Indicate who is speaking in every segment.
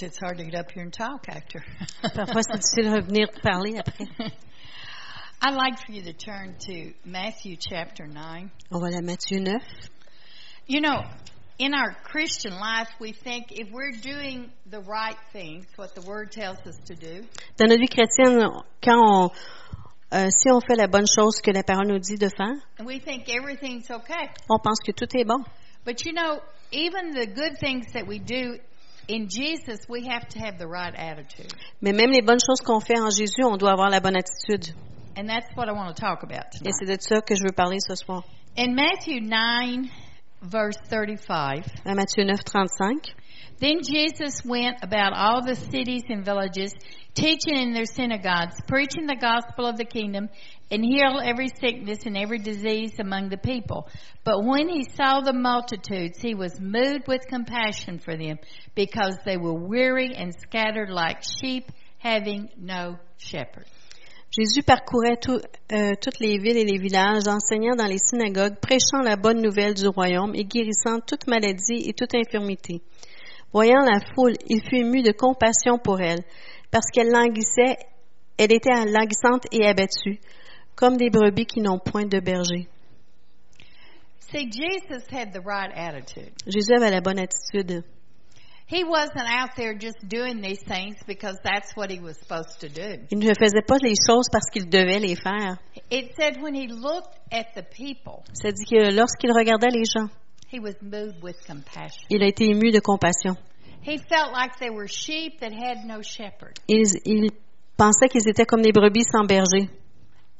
Speaker 1: It's hard to get up here and talk after.
Speaker 2: Parfois, c'est difficile de venir parler après.
Speaker 1: I'd like for you to turn to Matthew chapter 9.
Speaker 2: On va à Matthieu 9.
Speaker 1: You know, in our Christian life, we think if we're doing the right things, what the Word tells us to do,
Speaker 2: Dans notre vie chrétienne, quand on, euh, si on fait la bonne chose que la parole nous dit de faire,
Speaker 1: and we think everything's okay.
Speaker 2: on pense que tout est bon.
Speaker 1: But you know, even the good things that we do in Jesus, we have to have the right attitude.
Speaker 2: Mais même les bonnes choses qu'on fait en Jésus, on doit avoir la bonne attitude.
Speaker 1: And that's what I want to talk about
Speaker 2: Et
Speaker 1: tonight.
Speaker 2: c'est de ça que je veux parler ce soir.
Speaker 1: In Matthew 9, verse 35,
Speaker 2: À Matthieu 9, 35.
Speaker 1: Then Jesus went about all the cities and villages, teaching in their synagogues, preaching the gospel of the kingdom, and healed every sickness and every disease among the people. But when he saw the multitudes, he was moved with compassion for them, because they were weary and scattered like sheep, having no shepherd.
Speaker 2: Jésus parcourait tout- euh, toutes les villes et les villages, enseignant dans les synagogues, prêchant la bonne nouvelle du royaume et guérissant toute maladie et toute infirmité. Voyant la foule, il fut ému de compassion pour elle, parce qu'elle languissait, elle était languissante et abattue, comme des brebis qui n'ont point de berger.
Speaker 1: See, Jesus had the right attitude.
Speaker 2: Jésus avait la bonne attitude.
Speaker 1: He wasn't out there just doing these things because that's what he was supposed to do.
Speaker 2: Il ne faisait pas les choses parce qu'il devait les faire.
Speaker 1: It said when he looked at the people,
Speaker 2: Ça dit que lorsqu'il regardait les gens,
Speaker 1: He was moved with compassion.
Speaker 2: il a été ému de compassion.
Speaker 1: He felt like they were sheep that had no shepherd.
Speaker 2: Il, il pensait qu'ils étaient comme des brebis sans berger.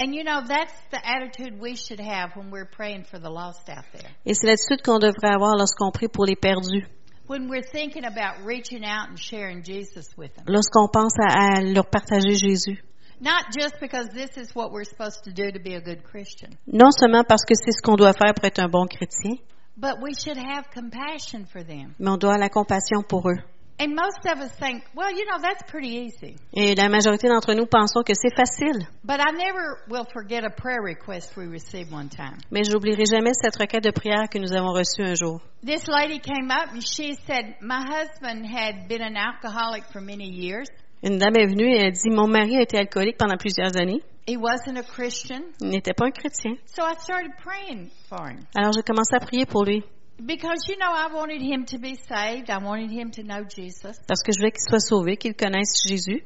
Speaker 1: And you know, that's the attitude we should have when we're praying for the lost out there.
Speaker 2: Et c'est l'attitude qu'on devrait avoir lorsqu'on prie pour les perdus,
Speaker 1: When we're thinking about reaching out and sharing Jesus with them.
Speaker 2: lorsqu'on pense à, à leur partager Jésus.
Speaker 1: Not just because this is what we're supposed to do to be a good Christian,
Speaker 2: Non seulement parce que c'est ce qu'on doit faire pour être un bon chrétien,
Speaker 1: but we should have compassion for them.
Speaker 2: mais on doit la compassion pour eux.
Speaker 1: And most of us think, well, you know, that's pretty easy.
Speaker 2: Et la majorité d'entre nous pensons que c'est facile,
Speaker 1: But I never will forget a prayer request we received one time.
Speaker 2: mais je n'oublierai jamais cette requête de prière que nous avons reçue un jour.
Speaker 1: This lady came up and she said, My husband had been an alcoholic for many years.
Speaker 2: Une dame est venue et elle dit, mon mari a été alcoolique pendant plusieurs années.
Speaker 1: He wasn't a Christian.
Speaker 2: Il n'était pas un chrétien.
Speaker 1: So I started praying for him
Speaker 2: Alors j'ai commencé à prier pour lui
Speaker 1: because, you know, I wanted him to be saved. I wanted him to know Jesus.
Speaker 2: parce que je voulais qu'il soit sauvé, qu'il connaisse Jésus.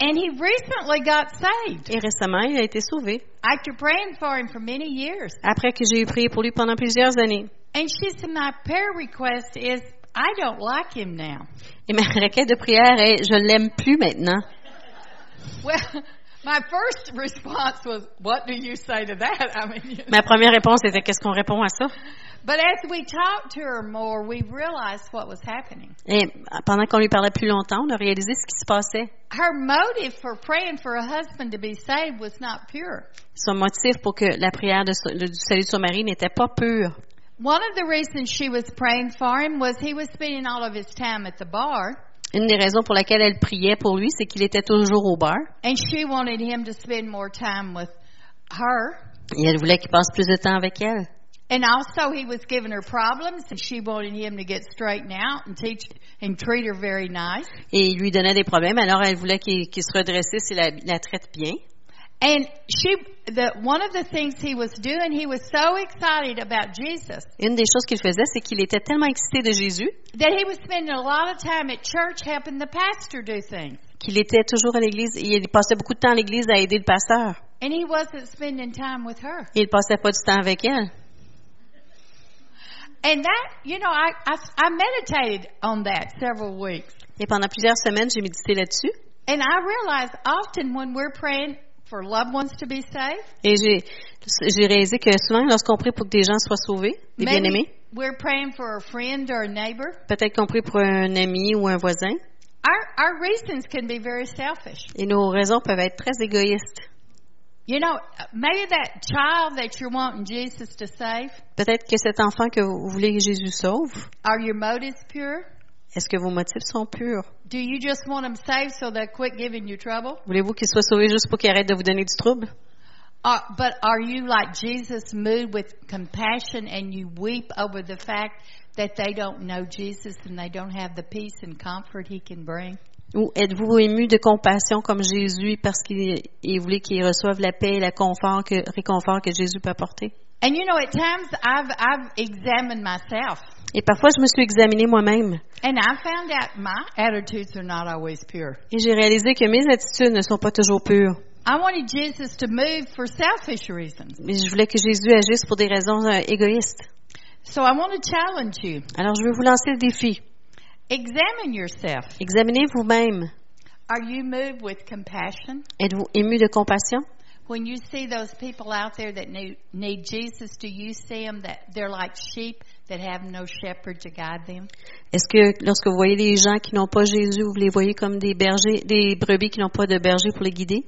Speaker 1: And he recently got saved
Speaker 2: Et récemment, il a été sauvé
Speaker 1: after praying for him for many years.
Speaker 2: après que j'ai eu prié pour lui pendant plusieurs années.
Speaker 1: And she said, My prayer request is, I don't like him now.
Speaker 2: Et ma requête de prière est je l'aime plus maintenant.
Speaker 1: Well, my first response was, What do you say to that? I mean, you
Speaker 2: Ma première réponse était qu'est-ce qu'on répond à ça
Speaker 1: But as we talked to her more, we realized what was happening.
Speaker 2: Et pendant qu'on lui parlait plus longtemps, on a réalisé ce qui se passait.
Speaker 1: Her motive for praying for a husband to be saved was not pure.
Speaker 2: Son motif pour que la prière de son- le- du salut de son mari n'était pas pure.
Speaker 1: One of the reasons she was praying for him was he was spending all of his time at the bar,
Speaker 2: Une des raisons pour laquelle elle priait pour lui, c'est qu'il était toujours au bar
Speaker 1: and she wanted him to spend more time with her.
Speaker 2: et elle voulait qu'il passe plus de temps avec elle.
Speaker 1: And also, he was giving her problems, and she wanted him to get straightened out and teach and treat her very nice.
Speaker 2: Et il lui donnait des problèmes, alors elle voulait qu'il qu'il se redressisse et la, la traite bien.
Speaker 1: And she, the one of the things he was doing, he was so excited about Jesus
Speaker 2: Une des choses qu'il faisait, c'est qu'il était tellement excité de Jésus
Speaker 1: that he was spending a lot of time at church helping the pastor do things.
Speaker 2: qu'il était toujours à l'église. Il passait beaucoup de temps à l'église à aider le pasteur.
Speaker 1: And he wasn't spending time with her.
Speaker 2: Il passait pas du temps avec elle.
Speaker 1: And that, you know, I, I, I meditated on that several weeks.
Speaker 2: Et pendant plusieurs semaines, j'ai médité là-dessus.
Speaker 1: And I realized often when we're praying for loved ones to be saved,
Speaker 2: Et j'ai, j'ai réalisé que souvent, lorsqu'on prie pour que des gens soient sauvés, des bien-aimés,
Speaker 1: maybe we're praying for a friend or a neighbor,
Speaker 2: peut-être qu'on prie pour un ami ou un voisin,
Speaker 1: our, our reasons can be very selfish.
Speaker 2: et nos raisons peuvent être très égoïstes.
Speaker 1: You know, maybe that child that you're wanting Jesus to save,
Speaker 2: Peut-être que cet enfant que vous voulez que Jésus sauve,
Speaker 1: are your motives pure?
Speaker 2: est-ce que vos motifs sont purs?
Speaker 1: Do you just want them saved so they'll quit giving you trouble?
Speaker 2: Voulez-vous qu'il soit sauvé juste pour qu'il arrête de vous donner du trouble?
Speaker 1: Are, but are you like Jesus, moved with compassion, and you weep over the fact that they don't know Jesus and they don't have the peace and comfort He can bring?
Speaker 2: Ou êtes-vous ému de compassion comme Jésus parce qu'il il voulait qu'ils reçoivent la paix et le confort que, réconfort que Jésus peut apporter?
Speaker 1: And you know, at times I've I've examined myself,
Speaker 2: Et parfois, je me suis examinée moi-même
Speaker 1: and I found out my attitudes are not always pure.
Speaker 2: et j'ai réalisé que mes attitudes ne sont pas toujours pures.
Speaker 1: I wanted Jesus to move for selfish reasons,
Speaker 2: Mais je voulais que Jésus agisse pour des raisons euh, égoïstes.
Speaker 1: so I want to challenge you:
Speaker 2: Alors, je veux vous lancer le défi.
Speaker 1: examine yourself.
Speaker 2: Examinez vous-même.
Speaker 1: Are you moved with compassion
Speaker 2: Êtes-vous ému de compassion?
Speaker 1: when you see those people out there that need, need Jesus? Do you see them that they're like sheep that have no shepherd to guide them?
Speaker 2: Est-ce que lorsque vous voyez des gens qui n'ont pas Jésus, vous les voyez comme des bergers, des brebis qui n'ont pas de berger pour les guider?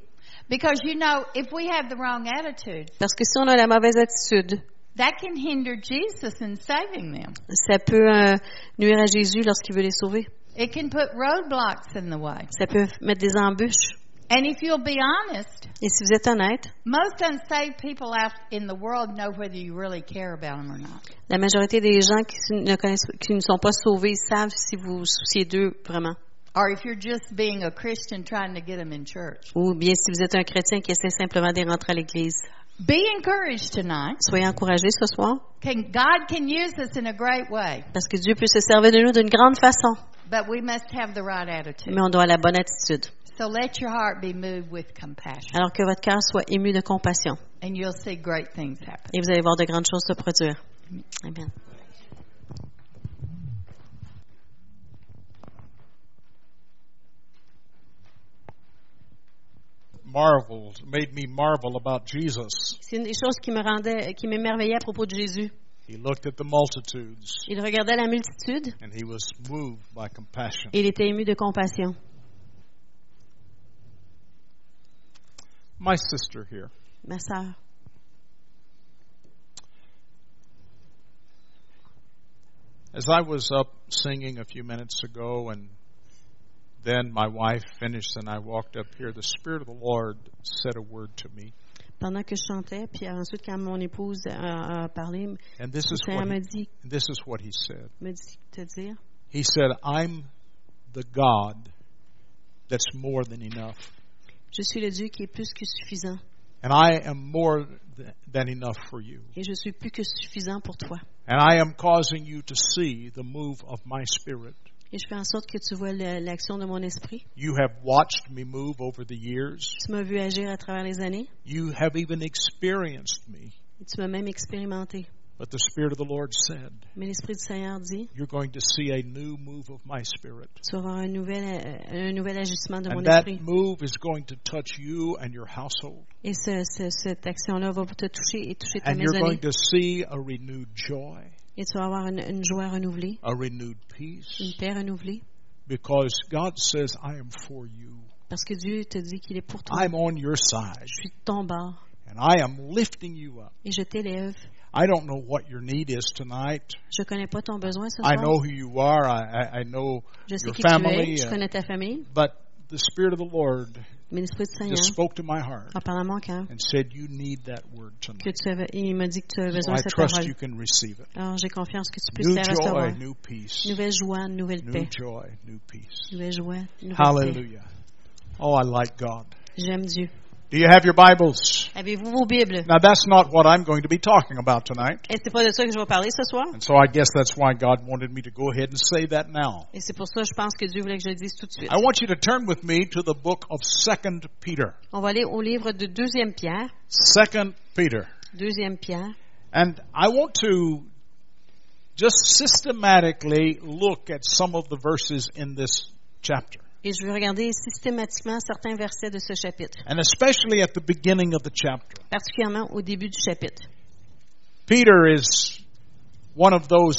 Speaker 1: Because you know, if we have the wrong attitude,
Speaker 2: Parce que si on a la mauvaise attitude,
Speaker 1: that can hinder Jesus in saving them.
Speaker 2: ça peut euh, nuire à Jésus lorsqu'il veut les sauver.
Speaker 1: It can put roadblocks in the way.
Speaker 2: Ça peut mettre des embûches.
Speaker 1: And if you'll be honest,
Speaker 2: Et si vous êtes honnête,
Speaker 1: most unsaved people out in the world know whether you really care about them or not.
Speaker 2: la majorité des gens qui ne, connaissent, qui ne sont pas sauvés savent si vous vous souciez d'eux vraiment.
Speaker 1: Or if you're just being a Christian trying to get them in church.
Speaker 2: Ou bien si vous êtes un chrétien qui essaie simplement d'y rentrer à l'Église.
Speaker 1: Be encouraged tonight.
Speaker 2: Soyez encouragés ce soir,
Speaker 1: Can, God can use us in a great way,
Speaker 2: parce que Dieu peut se servir de nous d'une grande façon.
Speaker 1: but we must have the right attitude.
Speaker 2: Mais on doit avoir la bonne attitude.
Speaker 1: So let your heart be moved with compassion,
Speaker 2: Alors que votre cœur soit ému de compassion.
Speaker 1: and you'll see great things happen.
Speaker 2: Et vous allez voir de grandes choses se produire. Amen.
Speaker 3: marveled, made me marvel about Jesus.
Speaker 2: C'est une des choses qui me rendait, qui m'émerveillait à propos de Jésus.
Speaker 3: He looked at the multitudes
Speaker 2: Il regardait la multitude
Speaker 3: and he was moved by compassion.
Speaker 2: et il était ému de compassion.
Speaker 3: My sister here,
Speaker 2: Ma sœur,
Speaker 3: as I was up singing a few minutes ago and then my wife finished and I walked up here, the Spirit of the Lord said a word to me.
Speaker 2: pendant que je chantais, puis ensuite quand mon épouse a, a parlé,
Speaker 3: And this is
Speaker 2: elle
Speaker 3: what
Speaker 2: me
Speaker 3: he,
Speaker 2: dit,
Speaker 3: this is what he said.
Speaker 2: me dit de te dire,
Speaker 3: He said, "I'm the God that's more than enough,
Speaker 2: je suis le Dieu qui est plus que suffisant
Speaker 3: and I am more th- than enough for you."
Speaker 2: et je suis plus que suffisant pour toi.
Speaker 3: And I am causing you to see the move of my spirit.
Speaker 2: Et je fais en sorte que tu vois le- l'action de mon esprit.
Speaker 3: You have watched me move over the years.
Speaker 2: Tu m'as vu agir à travers les années
Speaker 3: You have even experienced me.
Speaker 2: et tu m'as même expérimenté.
Speaker 3: But the Spirit of the Lord said,
Speaker 2: Mais l'Esprit du Seigneur dit,
Speaker 3: You're going to see a new move of my spirit.
Speaker 2: tu vas avoir un nouvel, euh, un nouvel agissement de mon
Speaker 3: And that
Speaker 2: esprit.
Speaker 3: move is going to touch you and your household.
Speaker 2: Et ce- ce- cette action-là va te toucher et toucher ta
Speaker 3: And you're
Speaker 2: maisonnée.
Speaker 3: going to see a renewed joy,
Speaker 2: Et tu vas avoir une, une joie renouvelée,
Speaker 3: a renewed
Speaker 2: une
Speaker 3: peace,
Speaker 2: paix renouvelée,
Speaker 3: because God says, I am for you.
Speaker 2: parce que Dieu te dit qu'il est pour toi.
Speaker 3: I'm on your side,
Speaker 2: Je suis de ton bord
Speaker 3: and I am lifting you up.
Speaker 2: et je t'élève.
Speaker 3: I don't know what your need is tonight.
Speaker 2: Je connais pas ton besoin ce
Speaker 3: I
Speaker 2: soir.
Speaker 3: know who you are. I, I, I know
Speaker 2: Je sais
Speaker 3: your
Speaker 2: qui
Speaker 3: family,
Speaker 2: tu es, je
Speaker 3: uh,
Speaker 2: connais ta famille,
Speaker 3: But the Spirit of the Lord
Speaker 2: mais l'Esprit du Seigneur
Speaker 3: just spoke to my heart
Speaker 2: en parlant à mon cœur
Speaker 3: and said, You need that word
Speaker 2: que
Speaker 3: tonight.
Speaker 2: tu avais, il m'a dit que tu avais
Speaker 3: So
Speaker 2: besoin
Speaker 3: I
Speaker 2: de cette
Speaker 3: trust you
Speaker 2: parole.
Speaker 3: can receive it.
Speaker 2: Alors j'ai confiance que tu puisses
Speaker 3: New
Speaker 2: la
Speaker 3: joy,
Speaker 2: recevoir.
Speaker 3: new peace.
Speaker 2: Nouvelle joie, nouvelle
Speaker 3: New
Speaker 2: paix,
Speaker 3: joy, new peace.
Speaker 2: nouvelle joie, nouvelle paix.
Speaker 3: Hallelujah. Oh, I like God.
Speaker 2: J'aime Dieu.
Speaker 3: Do you have your Bibles?
Speaker 2: Avez-vous vos Bibles?
Speaker 3: Now, that's not what I'm going to be talking about tonight.
Speaker 2: Et c'est pas de ça que je vais parler ce soir.
Speaker 3: And so I guess that's why God wanted me to go ahead and say that now.
Speaker 2: Et c'est pour ça que je pense que Dieu voulait que je le dise tout de suite.
Speaker 3: I want you to turn with me to the book of Second Peter.
Speaker 2: On va aller au livre de Deuxième Pierre.
Speaker 3: Second Peter.
Speaker 2: Deuxième Pierre.
Speaker 3: And I want to just systematically look at some of the verses in this chapter,
Speaker 2: Et je vais regarder systématiquement certains versets de ce chapitre,
Speaker 3: and especially at the beginning of the chapter.
Speaker 2: particulièrement au début du chapitre.
Speaker 3: Peter is one of those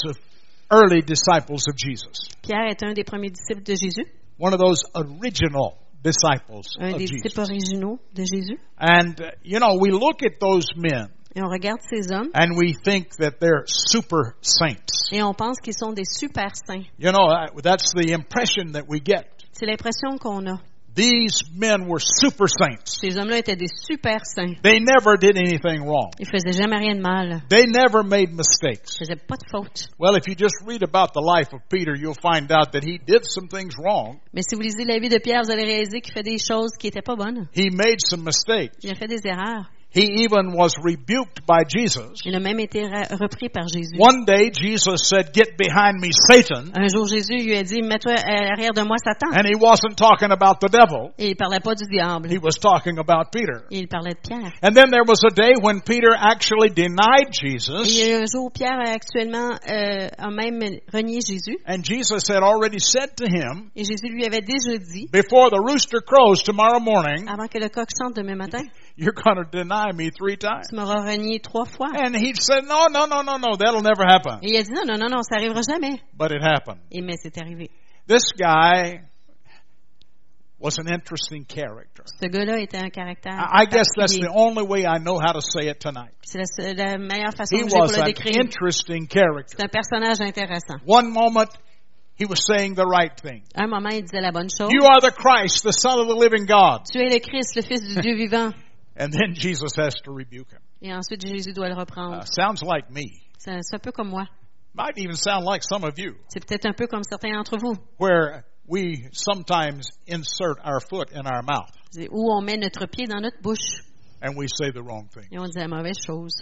Speaker 3: early disciples of Jesus,
Speaker 2: Pierre est un des premiers disciples de Jésus,
Speaker 3: one of those original disciples
Speaker 2: un
Speaker 3: of
Speaker 2: des
Speaker 3: Jesus.
Speaker 2: disciples originaux de Jésus.
Speaker 3: And, uh, you know, we look at those men
Speaker 2: Et on regarde ces hommes
Speaker 3: and we think that they're super saints.
Speaker 2: et on pense qu'ils sont des super saints.
Speaker 3: You know, I- that's the impression that we get.
Speaker 2: C'est l'impression qu'on a.
Speaker 3: These men were super saints.
Speaker 2: Ces hommes-là étaient des super saints.
Speaker 3: They never did anything wrong.
Speaker 2: Ils faisaient jamais rien de mal.
Speaker 3: They never made mistakes.
Speaker 2: Ils faisaient pas de faute.
Speaker 3: Well, if you just read about the life of Peter, you'll find out that he did some things wrong.
Speaker 2: Mais si vous lisez la vie de Pierre, vous allez réaliser qu'il fait des choses qui étaient pas bonnes.
Speaker 3: He made some mistakes.
Speaker 2: Il a fait des erreurs.
Speaker 3: He even was rebuked by Jesus.
Speaker 2: Il a même été ra- repris par Jésus.
Speaker 3: One day, Jesus said, Get behind me, Satan.
Speaker 2: Un jour, Jésus lui a dit, mets-toi à l'arrière de moi, Satan.
Speaker 3: And he wasn't talking about the devil,
Speaker 2: Et il parlait pas du diable.
Speaker 3: he was talking about Peter.
Speaker 2: Il parlait de Pierre.
Speaker 3: And then there was a day when Peter actually denied
Speaker 2: Et il y
Speaker 3: Jesus.
Speaker 2: a eu un jour où Pierre a actuellement euh, a même renié Jésus.
Speaker 3: And Jesus had already said to him,
Speaker 2: Et Jésus lui avait déjà dit,
Speaker 3: Before the rooster crows tomorrow morning,
Speaker 2: avant que le coq chante demain matin,
Speaker 3: you're going to deny me three times.
Speaker 2: tu m'auras renié trois fois.
Speaker 3: And he said, No, no, no, no, no, that'll never happen.
Speaker 2: Et il a dit, non, non, non, non, ça arrivera jamais.
Speaker 3: But it happened.
Speaker 2: Et mais c'est arrivé.
Speaker 3: This guy was an interesting character.
Speaker 2: Ce gars-là était un caractère.
Speaker 3: Ah, I I guess that's
Speaker 2: particulier.
Speaker 3: the only way I know how to say it tonight.
Speaker 2: C'est la, se- la meilleure façon
Speaker 3: He
Speaker 2: que j'ai pour
Speaker 3: was
Speaker 2: le
Speaker 3: an
Speaker 2: décrire.
Speaker 3: interesting character.
Speaker 2: C'est un personnage intéressant.
Speaker 3: One moment, he was saying the right thing.
Speaker 2: À un moment, il disait la bonne chose.
Speaker 3: You are the Christ, the Son of the living God.
Speaker 2: Tu es le Christ, le Fils du Dieu vivant.
Speaker 3: And then Jesus has to rebuke him.
Speaker 2: Et ensuite, Jésus doit le reprendre.
Speaker 3: Uh, sounds like me.
Speaker 2: C'est c'est un peu comme moi.
Speaker 3: Might even sound like some of you,
Speaker 2: C'est peut-être un peu comme certains d'entre vous,
Speaker 3: where we sometimes insert our foot in our mouth
Speaker 2: C'est où on met notre pied dans notre bouche
Speaker 3: and we say the wrong thing.
Speaker 2: et on dit la mauvaise chose.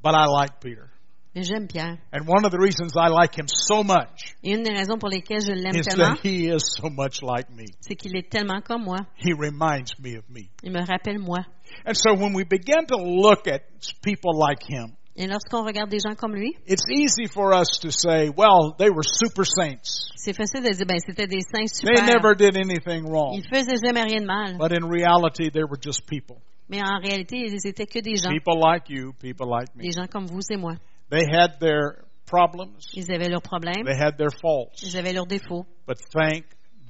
Speaker 3: But I like Peter.
Speaker 2: Mais j'aime Pierre.
Speaker 3: And one of the reasons I like him so much
Speaker 2: Et une des raisons pour lesquelles je l'aime
Speaker 3: is
Speaker 2: tellement,
Speaker 3: that he is so much like me.
Speaker 2: c'est qu'il est tellement comme moi.
Speaker 3: He reminds me of me.
Speaker 2: Il me rappelle moi.
Speaker 3: And so when we begin to look at people like him,
Speaker 2: Et lorsqu'on regarde des gens comme lui,
Speaker 3: it's easy for us to say, well, they were super saints.
Speaker 2: c'est facile de dire, ben, c'était des saints
Speaker 3: They
Speaker 2: super.
Speaker 3: never did anything wrong.
Speaker 2: Ils faisaient jamais rien de mal.
Speaker 3: But in reality, they were just people.
Speaker 2: Mais en réalité, ils étaient que des gens.
Speaker 3: People like you, people like me.
Speaker 2: Des gens comme vous et moi.
Speaker 3: They had their problems,
Speaker 2: Ils avaient leurs problèmes.
Speaker 3: they had their faults.
Speaker 2: Ils avaient leurs défauts.
Speaker 3: But thank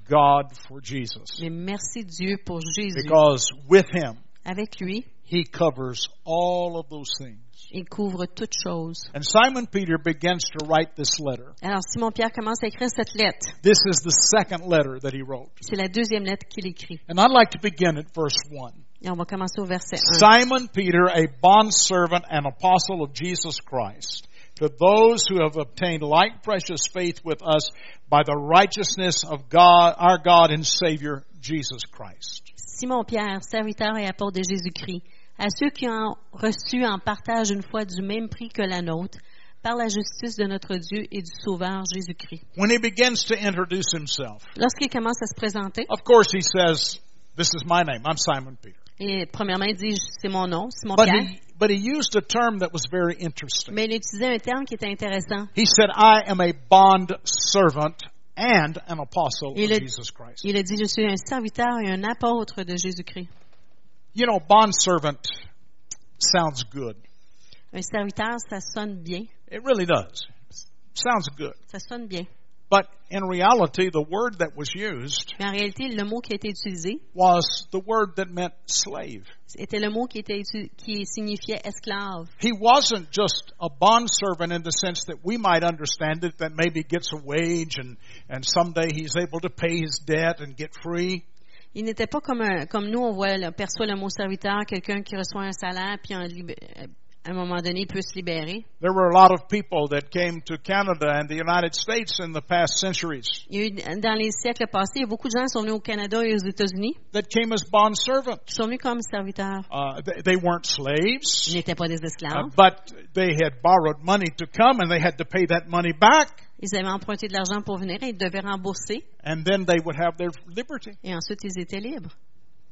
Speaker 3: God for Jesus.
Speaker 2: Mais merci Dieu pour Jésus.
Speaker 3: Because with him,
Speaker 2: Avec lui,
Speaker 3: he covers all of those things.
Speaker 2: il couvre toutes choses.
Speaker 3: And Simon Peter begins to write this letter.
Speaker 2: Alors, Simon-Pierre commence à écrire cette lettre.
Speaker 3: This is the second letter that he wrote.
Speaker 2: C'est la deuxième lettre qu'il écrit.
Speaker 3: And I'd like to begin at verse 1.
Speaker 2: Et on va commencer au verset 1.
Speaker 3: Simon Peter, a bondservant and apostle of Jesus Christ, to those who have obtained like precious faith with us by the righteousness of God, our God and Savior, Jesus Christ.
Speaker 2: Simon-Pierre, serviteur et apôtre de Jésus-Christ, à ceux qui ont reçu en partage une fois du même prix que la nôtre, par la justice de notre Dieu et du Sauveur Jésus-Christ.
Speaker 3: When he begins to introduce himself,
Speaker 2: Lorsqu'il commence à se présenter,
Speaker 3: of course he says, this is my name, I'm Simon Peter.
Speaker 2: et premièrement, il dit, c'est mon nom,
Speaker 3: But
Speaker 2: Simon-Pierre,
Speaker 3: he, but he used a term that was very interesting.
Speaker 2: mais il utilisait un terme qui était intéressant.
Speaker 3: He said, I am a bond servant and an apostle
Speaker 2: Il
Speaker 3: of
Speaker 2: a-
Speaker 3: Jesus Christ.
Speaker 2: Il a dit, je suis un serviteur et un apôtre de Jésus-Christ.
Speaker 3: You know, bond servant sounds good.
Speaker 2: Un serviteur, ça sonne bien.
Speaker 3: It really does. Sounds good.
Speaker 2: Ça sonne bien.
Speaker 3: But in reality, the word that was used
Speaker 2: Mais en réalité, le mot qui a été utilisé
Speaker 3: was the word that meant slave.
Speaker 2: était le mot qui, était, utu- qui signifiait esclave.
Speaker 3: He wasn't just a bondservant in the sense that we might understand it, that maybe gets a wage and, and someday he's able to pay his debt and get free.
Speaker 2: Il n'était pas comme, un- comme nous, on voit, là, perçoit le mot serviteur, quelqu'un qui reçoit un salaire, puis en lib- euh, à un moment donné, il peut se libérer.
Speaker 3: There were a lot of people that came to Canada and the United States in the past centuries
Speaker 2: Il y a eu, dans les siècles passés, il y a beaucoup de gens qui sont venus au Canada et aux États-Unis,
Speaker 3: that came as bondservants.
Speaker 2: qui sont venus comme serviteurs.
Speaker 3: Uh, they, they weren't
Speaker 2: Ils
Speaker 3: slaves,
Speaker 2: n'étaient pas des
Speaker 3: uh,
Speaker 2: esclaves.
Speaker 3: but they had borrowed money to come and they had to pay that money back.
Speaker 2: Ils avaient emprunté de l'argent pour venir et ils devaient rembourser.
Speaker 3: and then they would have their liberty.
Speaker 2: Et ensuite, ils étaient libres.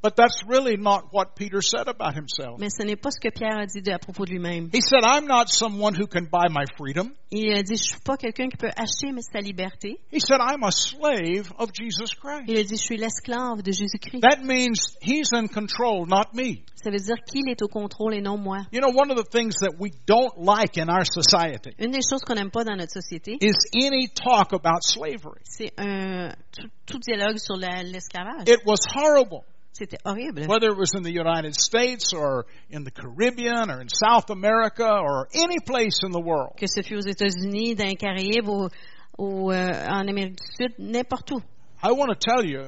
Speaker 3: But that's really not what Peter said about himself.
Speaker 2: Mais ce n'est pas ce que Pierre a dit de- à propos de lui-même.
Speaker 3: He said, I'm not someone who can buy my freedom.
Speaker 2: Il a dit, je suis pas quelqu'un qui peut acheter mais sa liberté.
Speaker 3: He said, I'm a slave of Jesus Christ.
Speaker 2: Il a dit, je suis l'esclave de Jésus-Christ.
Speaker 3: That means he's in control, not me.
Speaker 2: Ça veut dire qu'il est au contrôle et non moi.
Speaker 3: You know, one of the things that we don't like in our society
Speaker 2: Une des choses qu'on n'aime pas dans notre société,
Speaker 3: is any talk about slavery.
Speaker 2: c'est un tout, tout dialogue sur la- l'esclavage.
Speaker 3: It was horrible,
Speaker 2: C'était horrible.
Speaker 3: whether it was in the United States or in the Caribbean or in South America or any place in the world.
Speaker 2: Que ce fût aux États-Unis, dans les Caraïbes ou, ou, euh, en Amérique du Sud, n'importe où.
Speaker 3: I want to tell you,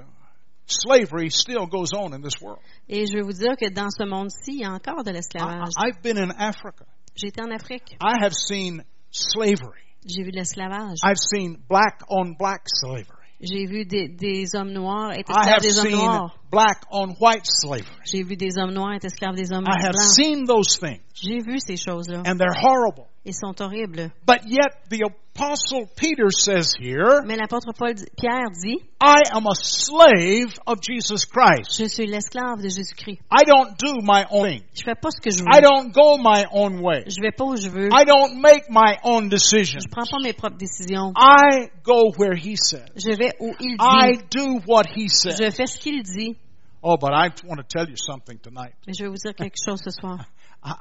Speaker 3: slavery still goes on in this world.
Speaker 2: Et je vais vous dire que dans ce monde-ci, il y a encore de
Speaker 3: I,
Speaker 2: l'esclavage.
Speaker 3: I've been in Africa.
Speaker 2: J'étais en Afrique.
Speaker 3: I have seen slavery.
Speaker 2: J'ai vu de l'esclavage.
Speaker 3: I've seen black on black slavery.
Speaker 2: J'ai vu des, des hommes noirs être
Speaker 3: I
Speaker 2: esclaves
Speaker 3: have
Speaker 2: des hommes
Speaker 3: seen
Speaker 2: noirs.
Speaker 3: black on white slavery.
Speaker 2: J'ai vu des hommes noirs être esclaves des hommes
Speaker 3: I have
Speaker 2: blancs.
Speaker 3: seen those things,
Speaker 2: J'ai vu ces choses-là.
Speaker 3: and they're horrible.
Speaker 2: Ils sont horribles.
Speaker 3: But yet, the Apostle Peter says here,
Speaker 2: Mais l'apôtre Paul dit- Pierre dit,
Speaker 3: I am a slave of Jesus Christ.
Speaker 2: je suis l'esclave de Jésus-Christ.
Speaker 3: I don't do my own thing.
Speaker 2: Je fais pas ce que je
Speaker 3: I
Speaker 2: veux.
Speaker 3: don't go my own way.
Speaker 2: Je vais pas où je veux.
Speaker 3: I don't make my own decisions.
Speaker 2: Je prends pas mes propres décisions.
Speaker 3: I go where He says.
Speaker 2: Je vais où il
Speaker 3: I
Speaker 2: dit.
Speaker 3: do what He says.
Speaker 2: Je fais ce qu'il dit.
Speaker 3: Oh, but I want to tell you something tonight.
Speaker 2: Mais je vais vous dire quelque chose ce soir.
Speaker 3: I,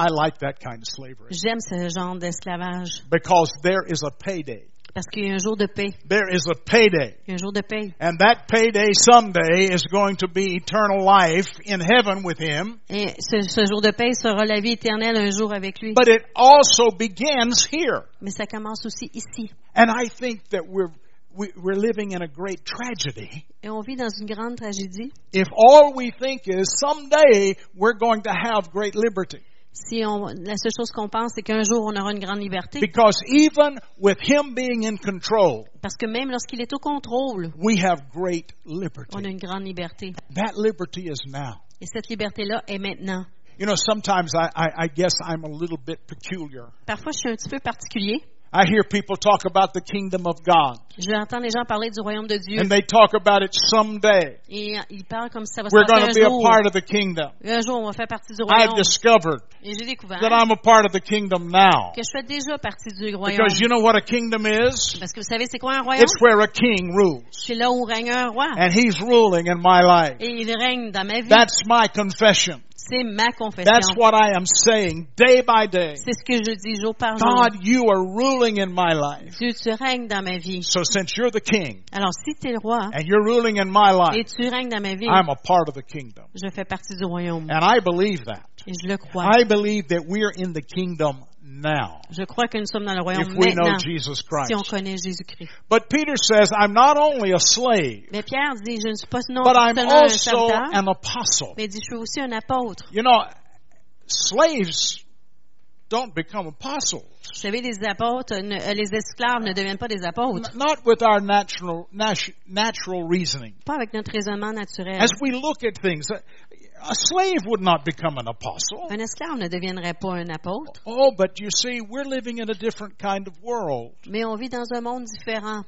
Speaker 3: I like that kind of slavery
Speaker 2: J'aime ce genre d'esclavage
Speaker 3: because there is a payday.
Speaker 2: parce qu'il y a un jour de paix.
Speaker 3: There is a payday.
Speaker 2: Il y a un jour de paix.
Speaker 3: And that payday someday is going to be eternal life in heaven with Him.
Speaker 2: Et ce, ce jour de paix sera la vie éternelle un jour avec lui.
Speaker 3: But it also begins here.
Speaker 2: Mais ça commence aussi ici.
Speaker 3: And I think that we're, we, we're living in a great tragedy
Speaker 2: Et on vit dans une grande tragédie
Speaker 3: if all we think is someday we're going to have great liberty.
Speaker 2: si on, la seule chose qu'on pense, c'est qu'un jour on aura une grande liberté.
Speaker 3: Because even with Him being in control,
Speaker 2: Parce que même lorsqu'il est au contrôle,
Speaker 3: we have great
Speaker 2: on a
Speaker 3: liberty.
Speaker 2: une grande liberté.
Speaker 3: That liberty is now.
Speaker 2: Et cette liberté-là est maintenant.
Speaker 3: You know, sometimes I, I, I guess I'm a little bit peculiar.
Speaker 2: Parfois, je suis un petit peu particulier.
Speaker 3: I hear people talk about the kingdom of God,
Speaker 2: J'entends les gens parler du royaume de Dieu.
Speaker 3: and they talk about it someday.
Speaker 2: Et ils parlent comme si ça va se
Speaker 3: We're
Speaker 2: passer un
Speaker 3: going to be a
Speaker 2: jour.
Speaker 3: part of the kingdom.
Speaker 2: Un jour, on va faire partie du royaume.
Speaker 3: I've discovered
Speaker 2: Et j'ai découvert
Speaker 3: that I'm a part of the kingdom now.
Speaker 2: que je fais déjà partie du royaume.
Speaker 3: Because you know what a kingdom is?
Speaker 2: Parce que vous savez, c'est quoi un royaume?
Speaker 3: It's where a king rules.
Speaker 2: C'est là où règne un roi.
Speaker 3: And he's ruling in my life.
Speaker 2: Et il règne dans ma vie.
Speaker 3: That's my confession.
Speaker 2: C'est ma confession.
Speaker 3: That's what I am saying day by day.
Speaker 2: C'est ce que je dis jour par jour.
Speaker 3: God, you are ruling in my life.
Speaker 2: Dieu, tu règnes dans ma vie.
Speaker 3: So since you're the king
Speaker 2: Alors, si tu es le roi
Speaker 3: and you're ruling in my
Speaker 2: et
Speaker 3: life,
Speaker 2: tu règnes dans ma vie,
Speaker 3: I'm a part of the kingdom.
Speaker 2: je fais partie du royaume.
Speaker 3: And I believe that.
Speaker 2: Et je le crois.
Speaker 3: I believe that we're in the kingdom now.
Speaker 2: Je crois que nous sommes dans le
Speaker 3: If
Speaker 2: royaume
Speaker 3: we know
Speaker 2: maintenant
Speaker 3: Jesus
Speaker 2: si on
Speaker 3: Christ.
Speaker 2: connaît Jésus-Christ.
Speaker 3: But Peter says, I'm not only a slave,
Speaker 2: Mais Pierre dit, je ne suis pas non
Speaker 3: but I'm
Speaker 2: seulement un
Speaker 3: also
Speaker 2: serviteur,
Speaker 3: an apostle.
Speaker 2: mais il dit, je suis aussi un apôtre.
Speaker 3: You know, slaves don't become apostles.
Speaker 2: Vous savez, les apôtres, ne- euh, les esclaves ne deviennent pas des apôtres.
Speaker 3: Not with our natural, natu- natural reasoning.
Speaker 2: Pas avec notre raisonnement naturel.
Speaker 3: As we look at things, a a slave would not become an apostle.
Speaker 2: Un esclave ne deviendrait pas un apôtre,
Speaker 3: Oh, but you see, we're living in a different kind of world.
Speaker 2: mais on vit dans un monde différent.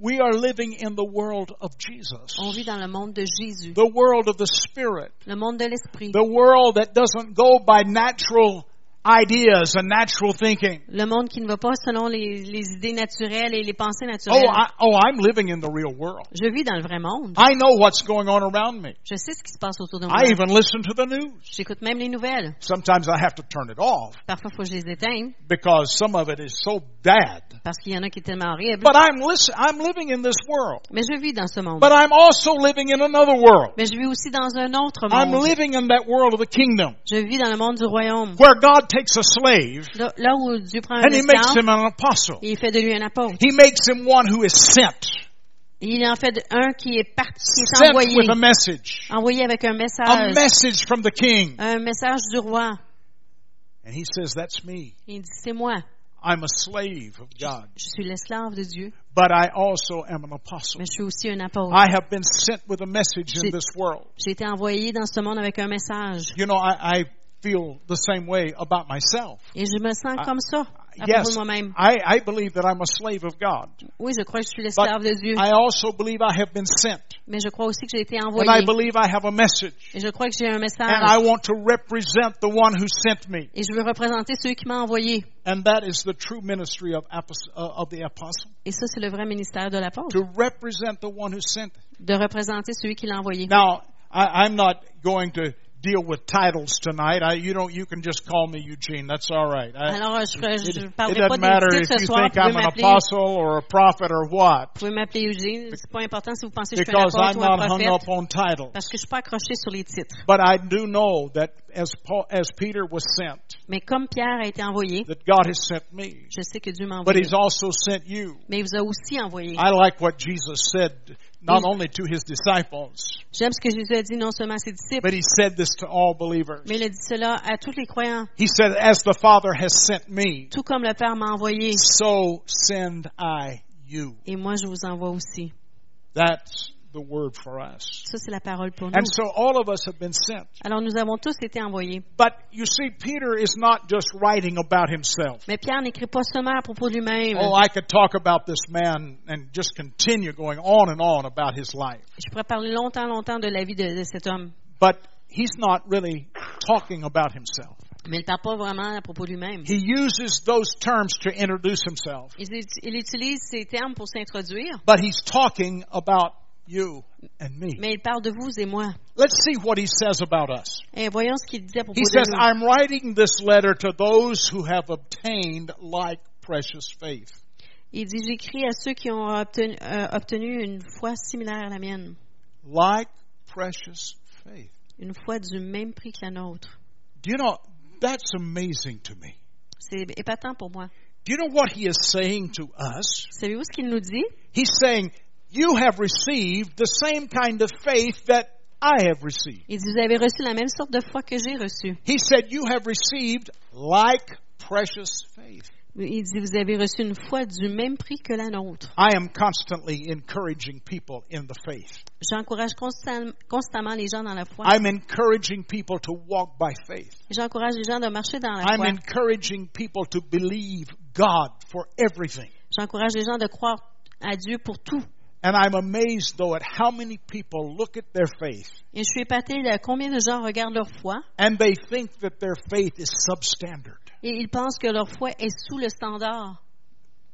Speaker 3: We are living in the world of Jesus.
Speaker 2: On vit dans le monde de Jésus,
Speaker 3: The world of the Spirit.
Speaker 2: le monde de l'esprit,
Speaker 3: The world that doesn't go by natural ideas and natural thinking.
Speaker 2: le monde qui ne va pas selon les, les idées naturelles et les pensées
Speaker 3: Oh,
Speaker 2: naturelles.
Speaker 3: I, oh, I'm living in the real world.
Speaker 2: Je vis dans le vrai monde.
Speaker 3: I know what's going on around me.
Speaker 2: Je sais ce qui se passe autour de moi.
Speaker 3: I even listen to the news.
Speaker 2: J'écoute même les nouvelles.
Speaker 3: Sometimes I have to turn it off
Speaker 2: Parfois, il faut que je les éteigne
Speaker 3: because some of it is so bad.
Speaker 2: parce qu'il y en a qui sont tellement horribles.
Speaker 3: But I'm listen, I'm living in this world.
Speaker 2: Mais je vis dans ce monde.
Speaker 3: But I'm also living in another world.
Speaker 2: Mais je vis aussi dans un autre
Speaker 3: I'm
Speaker 2: monde.
Speaker 3: living in that world of the kingdom
Speaker 2: Je vis dans le monde du royaume.
Speaker 3: where God takes a slave
Speaker 2: Là, là où Dieu prend un
Speaker 3: and he makes
Speaker 2: esclave,
Speaker 3: him an apostle.
Speaker 2: et il fait de lui un apôtre.
Speaker 3: He makes him one who is sent,
Speaker 2: Et il en fait de- un qui est parti, qui est
Speaker 3: sent
Speaker 2: envoyé,
Speaker 3: with a message,
Speaker 2: envoyé avec un
Speaker 3: a
Speaker 2: message,
Speaker 3: message from the king.
Speaker 2: un message du roi.
Speaker 3: And he says, that's me.
Speaker 2: Il dit, c'est moi,
Speaker 3: I'm a slave of God,
Speaker 2: je suis l'esclave de Dieu,
Speaker 3: but I also am an apostle.
Speaker 2: mais je suis aussi un apôtre.
Speaker 3: I have been sent with a message in this world.
Speaker 2: J'ai été envoyé dans ce monde avec un message.
Speaker 3: You know, I, I feel the same way about myself.
Speaker 2: Et je me sens
Speaker 3: I-
Speaker 2: comme ça, à propos
Speaker 3: Yes,
Speaker 2: de moi-même.
Speaker 3: I, I believe that I'm a slave of God.
Speaker 2: Oui, je crois que je suis
Speaker 3: But
Speaker 2: l'esclave de Dieu,
Speaker 3: I also believe I have been sent.
Speaker 2: mais je crois aussi que j'ai été
Speaker 3: And I
Speaker 2: envoyé.
Speaker 3: believe I have a message.
Speaker 2: Et je crois que j'ai un
Speaker 3: And I
Speaker 2: message.
Speaker 3: want to represent the one who sent me.
Speaker 2: Et je veux représenter ceux qui m'ont envoyé.
Speaker 3: And that is the true ministry of, apos- uh, of the apostle.
Speaker 2: Et ça, c'est le vrai ministère de l'apôtre,
Speaker 3: To represent the one who sent.
Speaker 2: de représenter celui qui l'a envoyé.
Speaker 3: Now, I, I'm not going to deal with titles tonight. I, you don't, you can just call me Eugene. That's all right. I,
Speaker 2: Alors, euh, je
Speaker 3: it,
Speaker 2: ne
Speaker 3: it
Speaker 2: parlerai pas des
Speaker 3: doesn't matter if
Speaker 2: titres ce
Speaker 3: you
Speaker 2: soir.
Speaker 3: think
Speaker 2: Vous pouvez
Speaker 3: I'm an
Speaker 2: m'appeler-
Speaker 3: apostle or a prophet or what.
Speaker 2: vous pouvez m'appeler Eugene. C'est pas important si vous pensez que je suis un
Speaker 3: Because I'm
Speaker 2: apôtre ou un
Speaker 3: not hung
Speaker 2: prophète.
Speaker 3: up on titles.
Speaker 2: Parce que je suis pas accroché sur les titres.
Speaker 3: But I do know that as Paul, as Peter was sent,
Speaker 2: Mais comme Pierre a été envoyé,
Speaker 3: that God has sent me.
Speaker 2: je sais que Dieu m'a
Speaker 3: But
Speaker 2: envoyé.
Speaker 3: he's also sent you.
Speaker 2: Mais il vous a aussi envoyé.
Speaker 3: I like what Jesus said not
Speaker 2: Mm.
Speaker 3: only to his disciples,
Speaker 2: J'aime ce que Jésus a dit non seulement à ses disciples,
Speaker 3: but he said this to all believers.
Speaker 2: mais il a dit cela à tous les croyants.
Speaker 3: He said, as the Father has sent me,
Speaker 2: Tout comme le Père m'a envoyé,
Speaker 3: so send I you.
Speaker 2: et moi je vous envoie aussi.
Speaker 3: That's the word for us.
Speaker 2: Ça, c'est la parole pour nous.
Speaker 3: And so all of us have been sent.
Speaker 2: Alors nous avons tous été envoyés.
Speaker 3: But you see, Peter is not just writing about himself.
Speaker 2: Mais Pierre n'écrit pas seulement à propos de lui-même.
Speaker 3: Oh, I could talk about this man and just continue going on and on about his life.
Speaker 2: Je pourrais parler longtemps, longtemps de la vie de, de cet homme.
Speaker 3: But he's not really talking about himself.
Speaker 2: Mais il ne parle pas vraiment à propos de lui-même.
Speaker 3: He uses those terms to introduce himself,
Speaker 2: Il, ut- il utilise ces termes pour s'introduire,
Speaker 3: but he's talking about you and me.
Speaker 2: mais il parle de vous et moi.
Speaker 3: Let's see what he says about us.
Speaker 2: Et voyons ce qu'il dit à propos
Speaker 3: He
Speaker 2: de
Speaker 3: says,
Speaker 2: nous.
Speaker 3: I'm writing this letter to those who have obtained like precious faith.
Speaker 2: Il dit, j'écris à ceux qui ont obtenu, euh, obtenu une foi similaire à la mienne,
Speaker 3: Like precious faith.
Speaker 2: une foi du même prix que la nôtre.
Speaker 3: Do you know, that's amazing to me.
Speaker 2: C'est épatant pour moi.
Speaker 3: Do you know what he is saying to us?
Speaker 2: Savez-vous ce qu'il nous dit?
Speaker 3: He's saying, You have received the same kind of faith that I have received.
Speaker 2: Il dit, vous avez reçu la même sorte de foi que j'ai reçue.
Speaker 3: He said, You have received like precious faith.
Speaker 2: Il dit, vous avez reçu une foi du même prix que la nôtre.
Speaker 3: I am constantly encouraging people in the faith.
Speaker 2: J'encourage constam- constamment les gens dans la foi.
Speaker 3: I'm encouraging people to walk by faith.
Speaker 2: J'encourage les gens de marcher dans la
Speaker 3: I'm
Speaker 2: foi.
Speaker 3: encouraging people to believe God for everything.
Speaker 2: J'encourage les gens de croire à Dieu pour tout.
Speaker 3: And I'm amazed, though, at how many people look at their faith
Speaker 2: Et je suis épatée de combien de gens regardent leur foi
Speaker 3: and they think that their faith is substandard.
Speaker 2: et ils pensent que leur foi est sous le standard.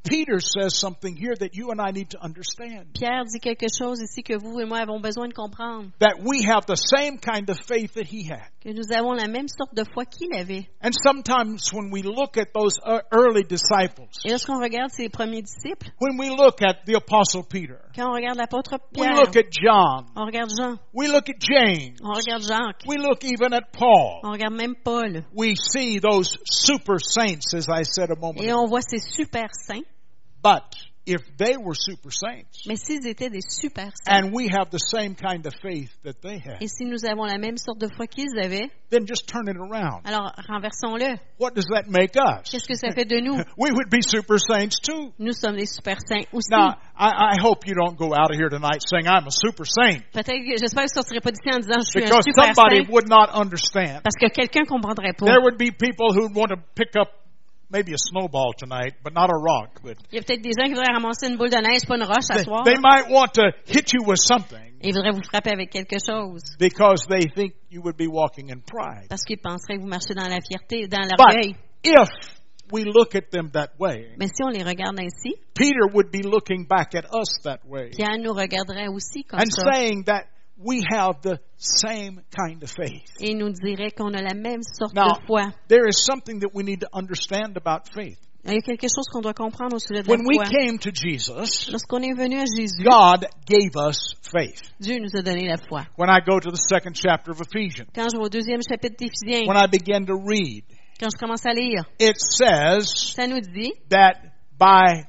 Speaker 3: Peter says something here that you and I need to understand.
Speaker 2: Pierre dit quelque chose ici que vous et moi avons besoin de comprendre,
Speaker 3: That we have the same kind of faith that he had.
Speaker 2: que nous avons la même sorte de foi qu'il avait.
Speaker 3: And sometimes when we look at those uh, early disciples,
Speaker 2: Et lorsqu'on regarde ses premiers disciples,
Speaker 3: when we look at the Apostle Peter,
Speaker 2: quand on regarde l'apôtre
Speaker 3: we
Speaker 2: Pierre,
Speaker 3: look at John,
Speaker 2: on regarde Jean,
Speaker 3: we look at James,
Speaker 2: on regarde Jacques,
Speaker 3: we look even at Paul,
Speaker 2: on regarde même Paul,
Speaker 3: we see those super saints, as I said a moment
Speaker 2: et
Speaker 3: ago.
Speaker 2: on voit ces super saints.
Speaker 3: But if they were super saints,
Speaker 2: Mais s'ils étaient des super saints,
Speaker 3: and we have the same kind of faith that they had,
Speaker 2: et si nous avons la même sorte de foi qu'ils avaient,
Speaker 3: then just turn it around.
Speaker 2: alors renversons-le.
Speaker 3: What does that make us?
Speaker 2: Qu'est-ce que ça fait de nous?
Speaker 3: We would be super saints too.
Speaker 2: Nous sommes des super saints aussi.
Speaker 3: Now, I, I hope you don't go out of here tonight saying I'm a super saint
Speaker 2: Peut-être que j'espère que je ne sortirai pas d'ici en disant je suis un
Speaker 3: because
Speaker 2: super
Speaker 3: somebody
Speaker 2: saint
Speaker 3: would not understand.
Speaker 2: parce que quelqu'un ne comprendrait pas.
Speaker 3: There would be people who'd want to pick up maybe a snowball tonight, but not a rock. But
Speaker 2: Il y a peut-être des gens qui voudraient ramasser une boule de neige, pas une roche à
Speaker 3: they,
Speaker 2: soir.
Speaker 3: they might want to hit you with something
Speaker 2: Et ils voudraient vous frapper avec quelque chose
Speaker 3: because they think you would be walking in pride.
Speaker 2: parce qu'ils penseraient que vous marchez dans la fierté, dans
Speaker 3: But
Speaker 2: l'orgueil.
Speaker 3: if we look at them that way,
Speaker 2: Mais si on les regarde ainsi,
Speaker 3: Peter would be looking back at us that way
Speaker 2: Pierre nous regarderait aussi comme
Speaker 3: and
Speaker 2: ça
Speaker 3: saying that we have the same kind of faith.
Speaker 2: et nous dirait qu'on a la même sorte
Speaker 3: Now,
Speaker 2: de foi.
Speaker 3: there is something that we need to understand about faith.
Speaker 2: Il y a quelque chose qu'on doit comprendre au sujet de la
Speaker 3: When we
Speaker 2: foi.
Speaker 3: came to Jesus,
Speaker 2: Lorsqu'on est venu à Jésus,
Speaker 3: God gave us faith.
Speaker 2: Dieu nous a donné la foi.
Speaker 3: When I go to the second chapter of Ephesians,
Speaker 2: Quand je vais au deuxième chapitre d'Éphésiens,
Speaker 3: when I began to read,
Speaker 2: quand je commence à lire,
Speaker 3: it says
Speaker 2: ça nous dit
Speaker 3: that by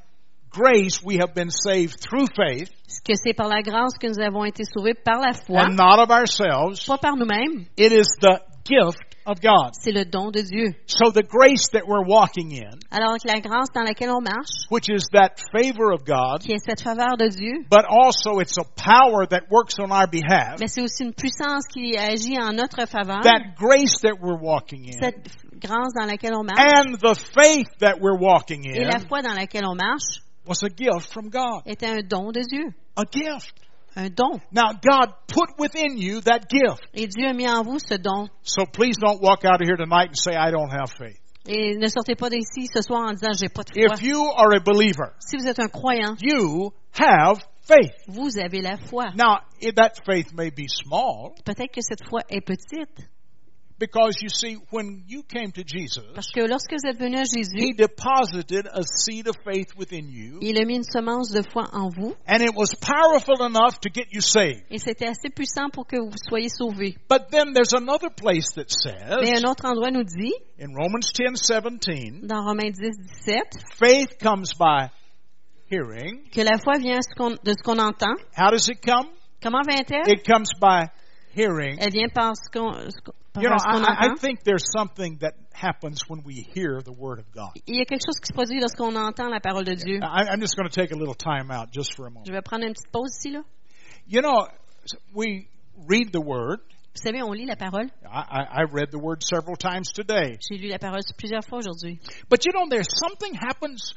Speaker 3: grace we have been saved through faith
Speaker 2: que c'est par la grâce que nous avons été sauvés par la foi,
Speaker 3: and not of ourselves.
Speaker 2: pas par nous-mêmes.
Speaker 3: It is the gift of God.
Speaker 2: C'est le don de Dieu.
Speaker 3: So the grace that we're walking in,
Speaker 2: Alors que la grâce dans laquelle on marche,
Speaker 3: which is that favor of God,
Speaker 2: qui est cette faveur de Dieu,
Speaker 3: but also it's a power that works on our behalf,
Speaker 2: mais c'est aussi une puissance qui agit en notre faveur.
Speaker 3: that grace that we're walking in,
Speaker 2: Cette grâce dans laquelle on marche
Speaker 3: and the faith that we're walking
Speaker 2: et
Speaker 3: in
Speaker 2: la foi dans laquelle on marche
Speaker 3: was a gift from God.
Speaker 2: est un don de Dieu.
Speaker 3: A gift.
Speaker 2: Un don.
Speaker 3: Now God put within you that gift.
Speaker 2: Et Dieu a mis en vous ce don.
Speaker 3: So please don't walk out of here tonight and say, I don't have faith.
Speaker 2: Et ne sortez pas d'ici ce soir en disant j'ai pas de foi.
Speaker 3: If you are a believer,
Speaker 2: Si vous êtes un croyant,
Speaker 3: you have faith.
Speaker 2: vous avez la foi.
Speaker 3: Now, i- that faith may be small
Speaker 2: Peut-être que cette foi est petite.
Speaker 3: because you see, when you came to Jesus,
Speaker 2: Parce que lorsque vous êtes venu à
Speaker 3: He
Speaker 2: Jésus,
Speaker 3: deposited a seed of faith within you
Speaker 2: il a mis une semence de foi en vous
Speaker 3: and it was powerful enough to get you saved.
Speaker 2: et c'était assez puissant pour que vous soyez sauvés.
Speaker 3: But then there's another place that
Speaker 2: Mais un
Speaker 3: says
Speaker 2: autre endroit nous dit,
Speaker 3: in Romans 10:17,
Speaker 2: dans Romains 10, 17,
Speaker 3: faith comes by hearing.
Speaker 2: que la foi vient à ce qu'on- de ce qu'on entend.
Speaker 3: How does it come?
Speaker 2: Comment vient-elle?
Speaker 3: It comes by hearing.
Speaker 2: Elle vient par ce qu'on ce qu'on- par
Speaker 3: You know,
Speaker 2: ce qu'on
Speaker 3: I, I
Speaker 2: entend.
Speaker 3: think there's something that happens when we hear the Word of God.
Speaker 2: Il y a quelque chose qui se produit lorsqu'on entend la parole de Dieu.
Speaker 3: I, I'm just going to take a little time out just for a moment.
Speaker 2: Je vais prendre une petite pause ici, là.
Speaker 3: You know, we read the Word.
Speaker 2: Vous savez, on lit la parole.
Speaker 3: I, I, I read the Word several times today.
Speaker 2: J'ai lu la parole plusieurs fois aujourd'hui.
Speaker 3: But you know, there's something happens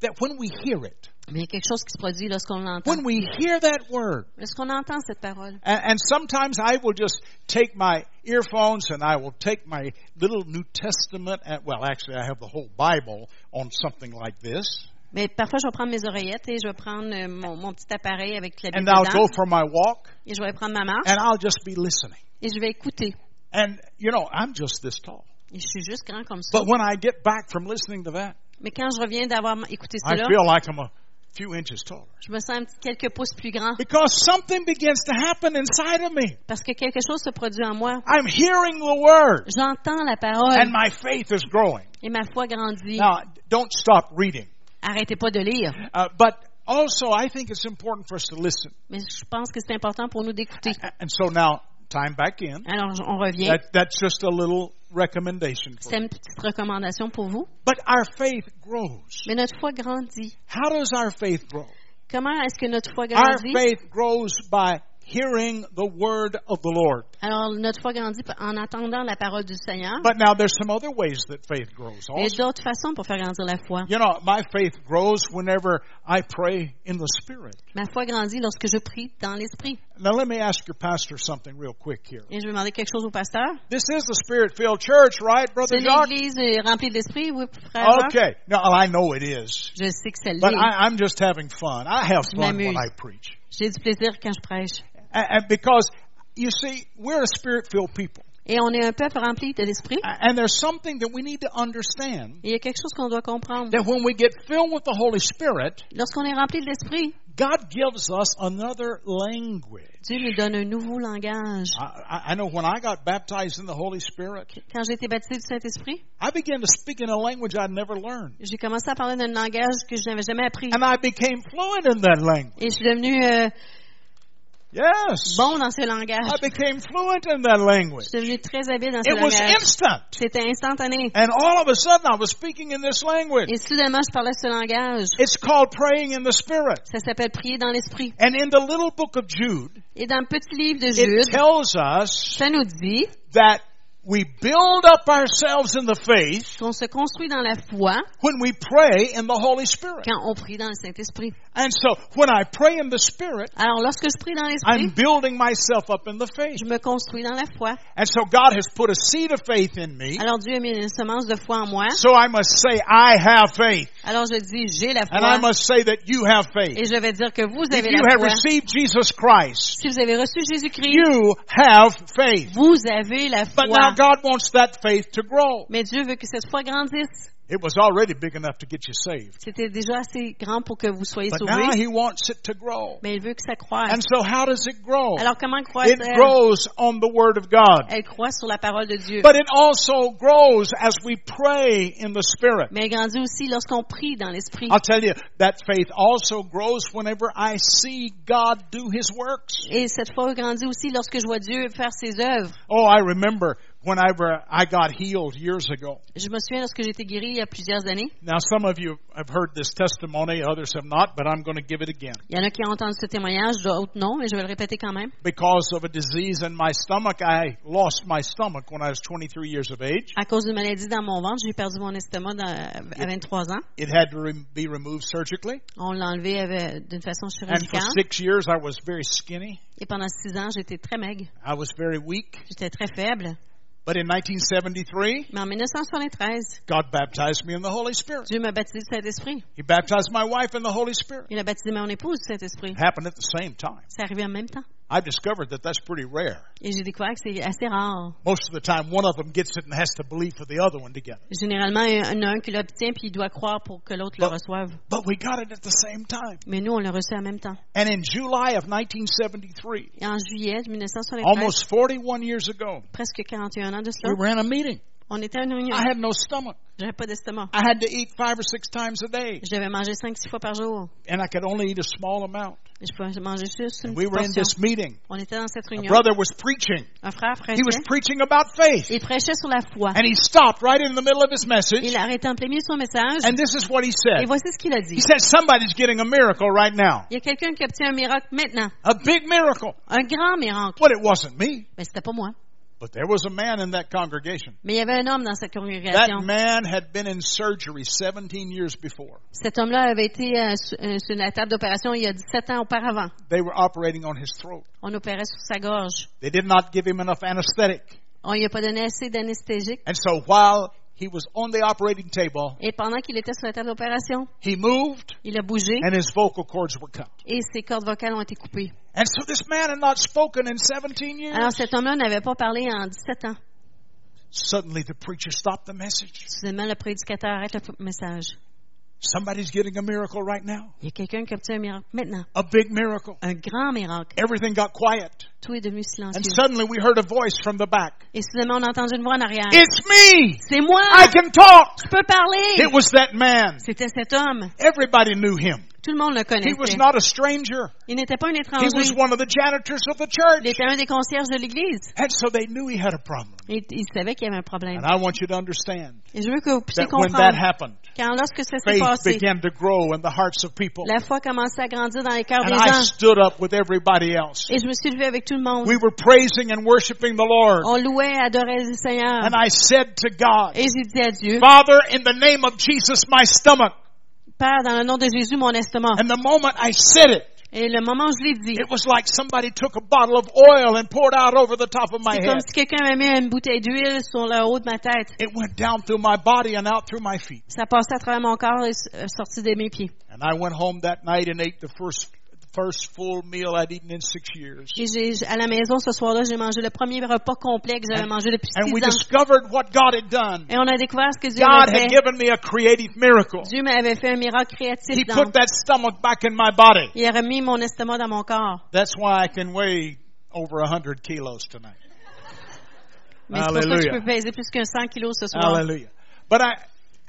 Speaker 3: that when we hear it,
Speaker 2: Mais il y a quelque chose qui se produit lorsqu'on l'entend.
Speaker 3: when we hear that Word,
Speaker 2: Lorsqu'on entend cette parole.
Speaker 3: And, and sometimes I will just take my earphones and I will take my little New Testament. And, well, actually, I have the whole Bible on something like this.
Speaker 2: Mais parfois, je vais prendre mes oreillettes et je vais prendre euh, mon, mon petit appareil avec la Bible
Speaker 3: And I'll
Speaker 2: dedans.
Speaker 3: go for my walk
Speaker 2: Et je vais prendre ma marche
Speaker 3: and I'll just be listening.
Speaker 2: et je vais écouter.
Speaker 3: And, you know, I'm just this tall.
Speaker 2: Et je suis juste grand comme ça.
Speaker 3: But when I get back from listening to that,
Speaker 2: Mais quand je reviens d'avoir écouté
Speaker 3: I
Speaker 2: cela,
Speaker 3: feel like I'm a few inches taller.
Speaker 2: je me sens un petit quelques pouces plus grand
Speaker 3: Because something begins to happen inside of me.
Speaker 2: parce que quelque chose se produit en moi.
Speaker 3: I'm hearing the Word
Speaker 2: J'entends la
Speaker 3: and
Speaker 2: parole
Speaker 3: my faith is growing.
Speaker 2: et ma foi grandit.
Speaker 3: Now, don't stop reading.
Speaker 2: Arrêtez pas de lire.
Speaker 3: Uh, but also, I think it's important for us to listen.
Speaker 2: Mais je pense que c'est important pour nous d'écouter.
Speaker 3: And so now, time back in.
Speaker 2: Alors, on revient.
Speaker 3: That, that's just a little recommendation. For
Speaker 2: C'est
Speaker 3: you.
Speaker 2: une petite recommandation pour vous.
Speaker 3: But our faith grows.
Speaker 2: Mais notre foi grandit.
Speaker 3: How does our faith grow?
Speaker 2: Comment est-ce que notre foi
Speaker 3: Our
Speaker 2: grandit?
Speaker 3: faith grows by hearing the word of the Lord.
Speaker 2: Alors, notre foi grandit en entendant la parole du Seigneur.
Speaker 3: But now there's some other ways that faith grows
Speaker 2: Il y a
Speaker 3: also.
Speaker 2: d'autres façons pour faire grandir la foi.
Speaker 3: You know, my faith grows whenever I pray in the Spirit.
Speaker 2: Ma foi grandit lorsque je prie dans l'esprit.
Speaker 3: Now let me ask your pastor something real quick here.
Speaker 2: Et je vais demander quelque chose au pasteur.
Speaker 3: This is the Spirit-filled church, right, Brother
Speaker 2: C'est
Speaker 3: ben, Jacques?
Speaker 2: l'église euh, remplie de l'esprit, oui, frère. Jacques?
Speaker 3: Okay. No, I know it is.
Speaker 2: Je sais que ça
Speaker 3: But
Speaker 2: l'est.
Speaker 3: I, I'm just having fun. I have
Speaker 2: Je
Speaker 3: fun when
Speaker 2: m'amuse.
Speaker 3: I preach.
Speaker 2: J'ai du plaisir quand je prêche.
Speaker 3: And and because, you see, we're a spirit filled people.
Speaker 2: Et on est un peuple rempli de l'esprit.
Speaker 3: And there's something that we need to understand
Speaker 2: Et Il y a quelque chose qu'on doit comprendre.
Speaker 3: that when we get filled with the Holy Spirit,
Speaker 2: Lorsqu'on est rempli de l'esprit,
Speaker 3: God gives us another language.
Speaker 2: Dieu nous donne un nouveau langage.
Speaker 3: I- I, I know when I got baptized in the Holy Spirit,
Speaker 2: Quand j'ai été baptisé du Saint-Esprit,
Speaker 3: I began to speak in a language I'd never learned.
Speaker 2: j'ai commencé à parler d'un langage que je n'avais jamais appris.
Speaker 3: And I became fluent in that language.
Speaker 2: Et je suis devenu euh,
Speaker 3: Yes.
Speaker 2: bon dans ce
Speaker 3: I
Speaker 2: langage.
Speaker 3: became fluent in that
Speaker 2: Je
Speaker 3: language.
Speaker 2: suis devenu très habile dans ce
Speaker 3: It was
Speaker 2: langage.
Speaker 3: instant.
Speaker 2: C'était instantané.
Speaker 3: And all of a sudden, I was speaking in this language.
Speaker 2: Et soudainement, je parlais ce langage.
Speaker 3: It's called praying in the Spirit.
Speaker 2: Ça s'appelle prier dans l'esprit.
Speaker 3: And in the little book of Jude,
Speaker 2: Et dans le petit livre de
Speaker 3: it
Speaker 2: Jude,
Speaker 3: tells us
Speaker 2: ça nous dit
Speaker 3: that we build up ourselves in the faith
Speaker 2: qu'on se construit dans la foi
Speaker 3: when we pray in the Holy Spirit.
Speaker 2: quand on prie dans le Saint-Esprit.
Speaker 3: And so when I pray in the Spirit,
Speaker 2: Alors, lorsque je prie dans
Speaker 3: I'm
Speaker 2: l'esprit,
Speaker 3: building myself up in the faith.
Speaker 2: je me construis dans la foi.
Speaker 3: And so God has put a seed of faith in me.
Speaker 2: Alors, Dieu a mis une semence de foi en moi.
Speaker 3: So I must say, I have faith.
Speaker 2: Alors, je dis, j'ai la
Speaker 3: And I
Speaker 2: foi.
Speaker 3: must say that you have
Speaker 2: Et
Speaker 3: faith.
Speaker 2: je vais dire que vous
Speaker 3: If
Speaker 2: avez
Speaker 3: you
Speaker 2: la
Speaker 3: have
Speaker 2: foi.
Speaker 3: received Jesus Christ,
Speaker 2: Si vous avez reçu Jésus-Christ,
Speaker 3: you have faith.
Speaker 2: vous avez la
Speaker 3: But now
Speaker 2: foi.
Speaker 3: God wants that faith to grow.
Speaker 2: Mais Dieu veut que cette foi grandisse.
Speaker 3: It was already big enough to get you saved.
Speaker 2: C'était déjà assez grand pour que vous soyez
Speaker 3: But now
Speaker 2: sauvés,
Speaker 3: He wants it to grow.
Speaker 2: mais il veut que ça croisse.
Speaker 3: And so how does it grow?
Speaker 2: Alors, comment
Speaker 3: It
Speaker 2: croît-elle?
Speaker 3: grows on the Word of God.
Speaker 2: Elle croît sur la parole de Dieu.
Speaker 3: But it also grows as we pray in the Spirit.
Speaker 2: Mais elle grandit aussi lorsqu'on prie dans l'esprit.
Speaker 3: I'll tell you, that faith also grows whenever I see God do His works.
Speaker 2: Et cette foi grandit aussi lorsque je vois Dieu faire ses œuvres.
Speaker 3: Oh, I remember whenever I got healed years ago.
Speaker 2: Je me souviens lorsque j'ai été guéri il y a plusieurs années.
Speaker 3: Now, some of you have heard this testimony, others have not, but I'm going to give it again.
Speaker 2: Il y en a qui ont entendu ce témoignage, d'autres non, mais je vais le répéter quand même.
Speaker 3: Because of a disease in my stomach, I lost my stomach when I was 23 years of age.
Speaker 2: À cause d'une maladie dans mon ventre, j'ai perdu mon estomac dans- à 23 ans.
Speaker 3: It had to re- be removed surgically.
Speaker 2: On l'a enlevé avec- d'une façon
Speaker 3: And for
Speaker 2: chirurgicale.
Speaker 3: six years, I was very skinny.
Speaker 2: Et pendant six ans, j'étais très maigre.
Speaker 3: I was very weak.
Speaker 2: J'étais très faible.
Speaker 3: But in 1973,
Speaker 2: Mais en 1973,
Speaker 3: God baptized me in the Holy Spirit.
Speaker 2: Dieu m'a baptisé du Saint-Esprit.
Speaker 3: He baptized my wife in the Holy Spirit.
Speaker 2: Il a baptisé mon épouse du Saint-Esprit.
Speaker 3: It happened at the same time.
Speaker 2: C'est arrivé en même temps.
Speaker 3: I discovered that that's pretty rare.
Speaker 2: Et j'ai découvert que c'est assez rare.
Speaker 3: Most of the time, one of them gets it and has to believe for the other one to get it.
Speaker 2: Généralement, il y en a un qui l'obtient puis il doit croire pour que l'autre le
Speaker 3: Bon.
Speaker 2: reçoive.
Speaker 3: But we got it at the same time.
Speaker 2: Mais nous, on l'a reçu en même temps.
Speaker 3: And in July of 1973,
Speaker 2: Et en juillet de 1973,
Speaker 3: almost 41 years ago,
Speaker 2: presque 41 ans de
Speaker 3: we
Speaker 2: cela,
Speaker 3: were in a meeting.
Speaker 2: on était en union.
Speaker 3: I had no stomach.
Speaker 2: J'avais pas d'estomac.
Speaker 3: I had to eat five or six times a day,
Speaker 2: Je devais manger 5-6 fois par jour.
Speaker 3: and I could only eat a small amount.
Speaker 2: Je pouvais manger juste une
Speaker 3: We
Speaker 2: petite
Speaker 3: were in
Speaker 2: portion.
Speaker 3: this meeting.
Speaker 2: On était dans cette
Speaker 3: A
Speaker 2: réunion.
Speaker 3: brother was preaching.
Speaker 2: Un frère prêchait.
Speaker 3: He was preaching about faith.
Speaker 2: Il prêchait sur la foi.
Speaker 3: And he stopped right in the middle of his message.
Speaker 2: Il a arrêté en plein milieu de son message.
Speaker 3: And this is what he
Speaker 2: Et
Speaker 3: said.
Speaker 2: voici ce qu'il a
Speaker 3: He
Speaker 2: dit.
Speaker 3: said, somebody's getting a miracle right now.
Speaker 2: Il y a quelqu'un qui obtient un miracle maintenant.
Speaker 3: A big miracle.
Speaker 2: Un grand miracle.
Speaker 3: Well, it wasn't me,
Speaker 2: Mais c'était pas moi.
Speaker 3: but there was a man in that congregation.
Speaker 2: Mais il y avait un homme dans cette congrégation.
Speaker 3: That man had been in surgery 17 years before.
Speaker 2: Cet homme-là avait été euh, su- euh, sur la table d'opération il y a 17 ans auparavant.
Speaker 3: They were operating on his throat.
Speaker 2: On opérait sur sa gorge.
Speaker 3: They did not give him enough anesthetic.
Speaker 2: On lui a pas donné assez d'anesthésique.
Speaker 3: And so while he was on the operating table,
Speaker 2: Et pendant qu'il était sur la table d'opération,
Speaker 3: he moved
Speaker 2: il a bougé
Speaker 3: and his vocal cords were cut.
Speaker 2: et ses cordes vocales ont été coupées.
Speaker 3: And so this man had not spoken in 17 years.
Speaker 2: Alors cet homme-là n'avait pas parlé en 17 ans.
Speaker 3: Suddenly the preacher stopped the message.
Speaker 2: Soudainement, le prédicateur arrête le message.
Speaker 3: Somebody's getting a miracle right now.
Speaker 2: Il y a quelqu'un qui obtient un miracle maintenant.
Speaker 3: A big miracle.
Speaker 2: Un grand miracle.
Speaker 3: Everything got quiet.
Speaker 2: Tout est devenu
Speaker 3: And
Speaker 2: silencieux.
Speaker 3: suddenly we heard a voice from the back.
Speaker 2: Et soudainement, on a entendu une voix en arrière.
Speaker 3: It's me!
Speaker 2: C'est moi!
Speaker 3: I can talk!
Speaker 2: Je peux parler!
Speaker 3: It was that man.
Speaker 2: C'était cet homme.
Speaker 3: Everybody knew him.
Speaker 2: Tout le monde le
Speaker 3: He was
Speaker 2: connaissait.
Speaker 3: not a stranger.
Speaker 2: Il n'était pas un
Speaker 3: He was
Speaker 2: étranger.
Speaker 3: one of the janitors of the
Speaker 2: Il
Speaker 3: church.
Speaker 2: était un des concierges de l'Église.
Speaker 3: And so they knew he had a problem.
Speaker 2: Il, il savait qu'il y avait un problème.
Speaker 3: And I want you to understand
Speaker 2: Et je veux que vous puissiez
Speaker 3: that when that
Speaker 2: comprendre.
Speaker 3: happened,
Speaker 2: Quand lorsque ça s'est
Speaker 3: faith
Speaker 2: passé,
Speaker 3: began to grow in the hearts of people.
Speaker 2: la foi commençait à grandir dans les cœurs
Speaker 3: And
Speaker 2: des
Speaker 3: I
Speaker 2: gens.
Speaker 3: stood up with everybody else.
Speaker 2: Et je me suis levée avec tout le monde.
Speaker 3: We were praising and worshiping the Lord.
Speaker 2: On louait, adorait le Seigneur.
Speaker 3: And I said to God,
Speaker 2: Et j'ai dit à Dieu,
Speaker 3: Father, in the name of Jesus, my stomach.
Speaker 2: Père, dans le nom de Jésus, mon estomac.
Speaker 3: And the moment I said it,
Speaker 2: Et le moment où je l'ai dit,
Speaker 3: it was like somebody took a bottle of oil and poured out over the top of my
Speaker 2: c'est
Speaker 3: head.
Speaker 2: comme si quelqu'un m'avait mis une bouteille d'huile sur le haut de ma tête.
Speaker 3: It went down through my body and out through my feet.
Speaker 2: Ça passait à travers mon corps et s- euh, sorti de mes pieds.
Speaker 3: And I went home that night and ate the first, first full meal I'd eaten in six years.
Speaker 2: Et j'ai, j- à la maison, ce soir-là, j'ai mangé le premier repas complet que j'avais
Speaker 3: And-
Speaker 2: mangé depuis
Speaker 3: And we
Speaker 2: six ans.
Speaker 3: discovered what God had done.
Speaker 2: Et on a découvert ce que Dieu
Speaker 3: God
Speaker 2: avait fait.
Speaker 3: had given me a creative miracle.
Speaker 2: Dieu m'avait fait un miracle
Speaker 3: He
Speaker 2: créatif. dans-
Speaker 3: put that stomach back in my body.
Speaker 2: Il a remis mon estomac dans mon corps.
Speaker 3: That's why I can weigh over a hundred kilos tonight.
Speaker 2: Mais c'est pour ça que je
Speaker 3: Hallelujah.
Speaker 2: peux peser plus qu'un 100 kilos ce soir.
Speaker 3: Hallelujah. But I,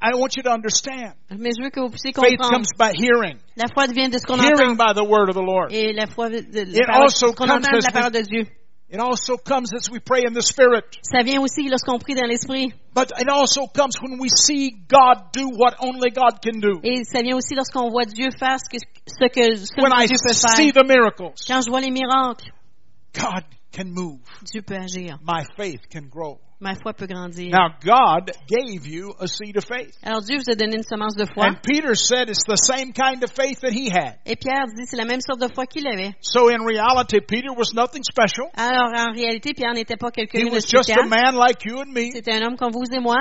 Speaker 3: I want you to understand.
Speaker 2: Mais je veux que vous puissiez
Speaker 3: Faith
Speaker 2: comprendre.
Speaker 3: comes by hearing.
Speaker 2: La foi vient de ce qu'on entend.
Speaker 3: Hearing by the word of the Lord.
Speaker 2: Et la foi de, de-
Speaker 3: It
Speaker 2: la parole-
Speaker 3: also
Speaker 2: ce qu'on entend
Speaker 3: comes
Speaker 2: de la
Speaker 3: as
Speaker 2: parole de Dieu.
Speaker 3: It also comes as we pray in the spirit.
Speaker 2: Ça vient aussi lorsqu'on prie dans l'esprit.
Speaker 3: But it also comes when we see God do what only God can do.
Speaker 2: Et ça vient aussi lorsqu'on voit Dieu faire ce que, ce que
Speaker 3: When
Speaker 2: seulement
Speaker 3: I
Speaker 2: Dieu peut
Speaker 3: see
Speaker 2: faire.
Speaker 3: the miracles,
Speaker 2: Quand je vois les miracles,
Speaker 3: God can move.
Speaker 2: Dieu peut agir.
Speaker 3: My faith can grow.
Speaker 2: Ma foi peut grandir.
Speaker 3: Now God gave you a seed of faith.
Speaker 2: Alors Dieu vous a donné une semence de foi.
Speaker 3: And Peter said it's the same kind of faith that he had.
Speaker 2: Et Pierre dit c'est la même sorte de foi qu'il avait.
Speaker 3: So in reality, Peter was nothing special.
Speaker 2: Alors en réalité, Pierre n'était pas
Speaker 3: He
Speaker 2: quelqu'un de
Speaker 3: was just a
Speaker 2: spécial.
Speaker 3: man like you and me,
Speaker 2: C'était un homme comme vous et moi.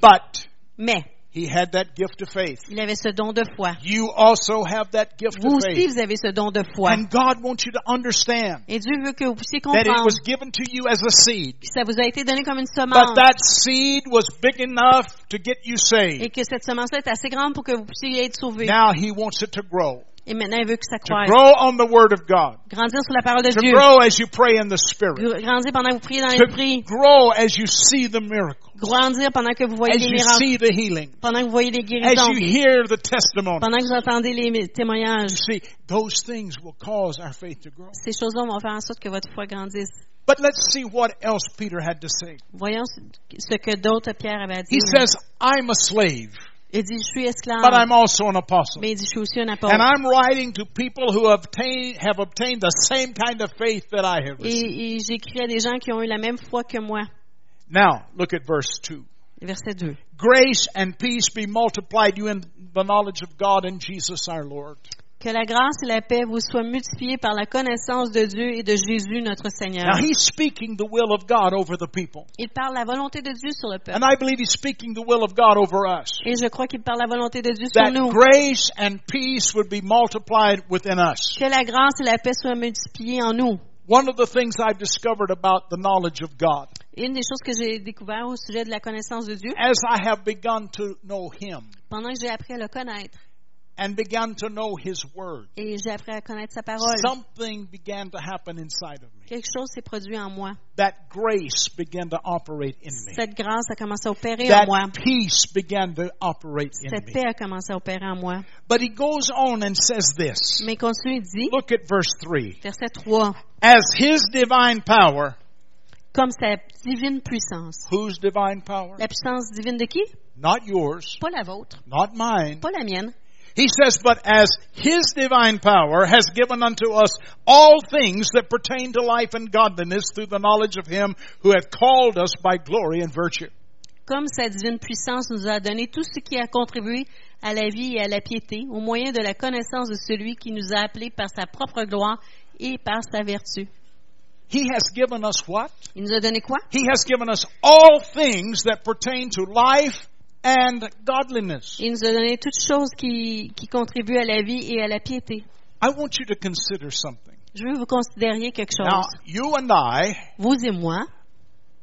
Speaker 3: but
Speaker 2: Mais
Speaker 3: he had that gift of faith.
Speaker 2: il avait ce don de foi.
Speaker 3: You also have that gift
Speaker 2: Vous
Speaker 3: of
Speaker 2: aussi,
Speaker 3: faith.
Speaker 2: vous avez ce don de foi.
Speaker 3: And God wants you to understand
Speaker 2: Et Dieu veut que vous puissiez
Speaker 3: that it
Speaker 2: comprendre
Speaker 3: was given to you as a seed.
Speaker 2: que ça vous a été donné comme une
Speaker 3: But
Speaker 2: semence.
Speaker 3: that seed was big enough to get you
Speaker 2: Et
Speaker 3: saved.
Speaker 2: que cette semence-là est assez grande pour que vous puissiez être sauvé.
Speaker 3: Now he wants it to grow.
Speaker 2: Et maintenant, il veut que ça
Speaker 3: To
Speaker 2: croisse.
Speaker 3: grow on the word of God.
Speaker 2: Grandir sur la parole de
Speaker 3: To
Speaker 2: Dieu.
Speaker 3: grow as you pray in the spirit.
Speaker 2: Gr- Grandir pendant que vous priez dans
Speaker 3: To
Speaker 2: l'esprit.
Speaker 3: grow as you see the miracle.
Speaker 2: Grandir pendant que vous voyez
Speaker 3: As
Speaker 2: les
Speaker 3: you
Speaker 2: miracles.
Speaker 3: see the healing.
Speaker 2: Pendant que vous voyez les
Speaker 3: As
Speaker 2: guérisons.
Speaker 3: you hear the testimony.
Speaker 2: Pendant que vous entendez les mi- témoignages.
Speaker 3: You see, those things will cause our faith to grow.
Speaker 2: Ces choses-là vont faire en sorte que votre foi grandisse.
Speaker 3: But let's see what else Peter had to say.
Speaker 2: Voyons ce- ce que d'autres Pierre avait à
Speaker 3: He
Speaker 2: dire.
Speaker 3: says, I'm a slave,
Speaker 2: Il dit, je suis
Speaker 3: but
Speaker 2: esclave.
Speaker 3: I'm also an apostle.
Speaker 2: Mais il dit, je suis aussi un apôtre.
Speaker 3: And I'm writing to people who obtain, have obtained the same kind of faith that I have received.
Speaker 2: Et, et j'écris à des gens qui ont eu la même foi que moi.
Speaker 3: Now, look at verse 2.
Speaker 2: Verset 2.
Speaker 3: Grace and peace be multiplied you in the knowledge of God and Jesus our Lord.
Speaker 2: Que la grâce et la paix vous soient multipliées par la connaissance de Dieu et de Jésus notre Seigneur.
Speaker 3: Now, he's speaking the will of God over the people.
Speaker 2: Il parle la volonté de Dieu sur le peuple.
Speaker 3: And I believe he's speaking the will of God over us.
Speaker 2: Et je crois qu'il parle la volonté de Dieu sur
Speaker 3: That
Speaker 2: nous.
Speaker 3: grace and peace would be multiplied within us.
Speaker 2: Que la grâce et la paix soient multipliées en nous.
Speaker 3: One of the things I've discovered about the knowledge of God,
Speaker 2: Une des choses que j'ai découvert au sujet de la connaissance de Dieu,
Speaker 3: as I have begun to know Him,
Speaker 2: pendant que j'ai appris à le connaître,
Speaker 3: and began to know His Word.
Speaker 2: et j'ai appris à connaître sa parole.
Speaker 3: Something began to happen inside of me.
Speaker 2: Quelque chose s'est produit en moi.
Speaker 3: That grace began to operate in me.
Speaker 2: Cette grâce a commencé à opérer en moi.
Speaker 3: That peace began to operate in
Speaker 2: Cette
Speaker 3: me.
Speaker 2: paix a commencé à opérer en moi.
Speaker 3: But he goes on and says this.
Speaker 2: Mais il continue, il dit,
Speaker 3: Look at verse 3.
Speaker 2: verset 3,
Speaker 3: As his divine power,
Speaker 2: comme sa divine puissance.
Speaker 3: whose divine power?
Speaker 2: La puissance divine de qui?
Speaker 3: Not yours,
Speaker 2: Pas la vôtre,
Speaker 3: not mine.
Speaker 2: pas la mienne.
Speaker 3: He says, but as his divine power has given unto us all things that pertain to life and godliness through the knowledge of him who hath called us by glory and virtue.
Speaker 2: Comme sa divine puissance nous a donné tout ce qui a contribué à la vie et à la piété, au moyen de la connaissance de celui qui nous a appelés par sa propre gloire et par sa vertu.
Speaker 3: He has given us what?
Speaker 2: Il nous a donné quoi?
Speaker 3: He has given us all things that pertain to life and godliness.
Speaker 2: Il nous a donné toutes choses qui, qui contribuent à la vie et à la piété.
Speaker 3: I want you to consider something.
Speaker 2: Je veux que vous considériez quelque chose.
Speaker 3: Now, you and I
Speaker 2: Vous et moi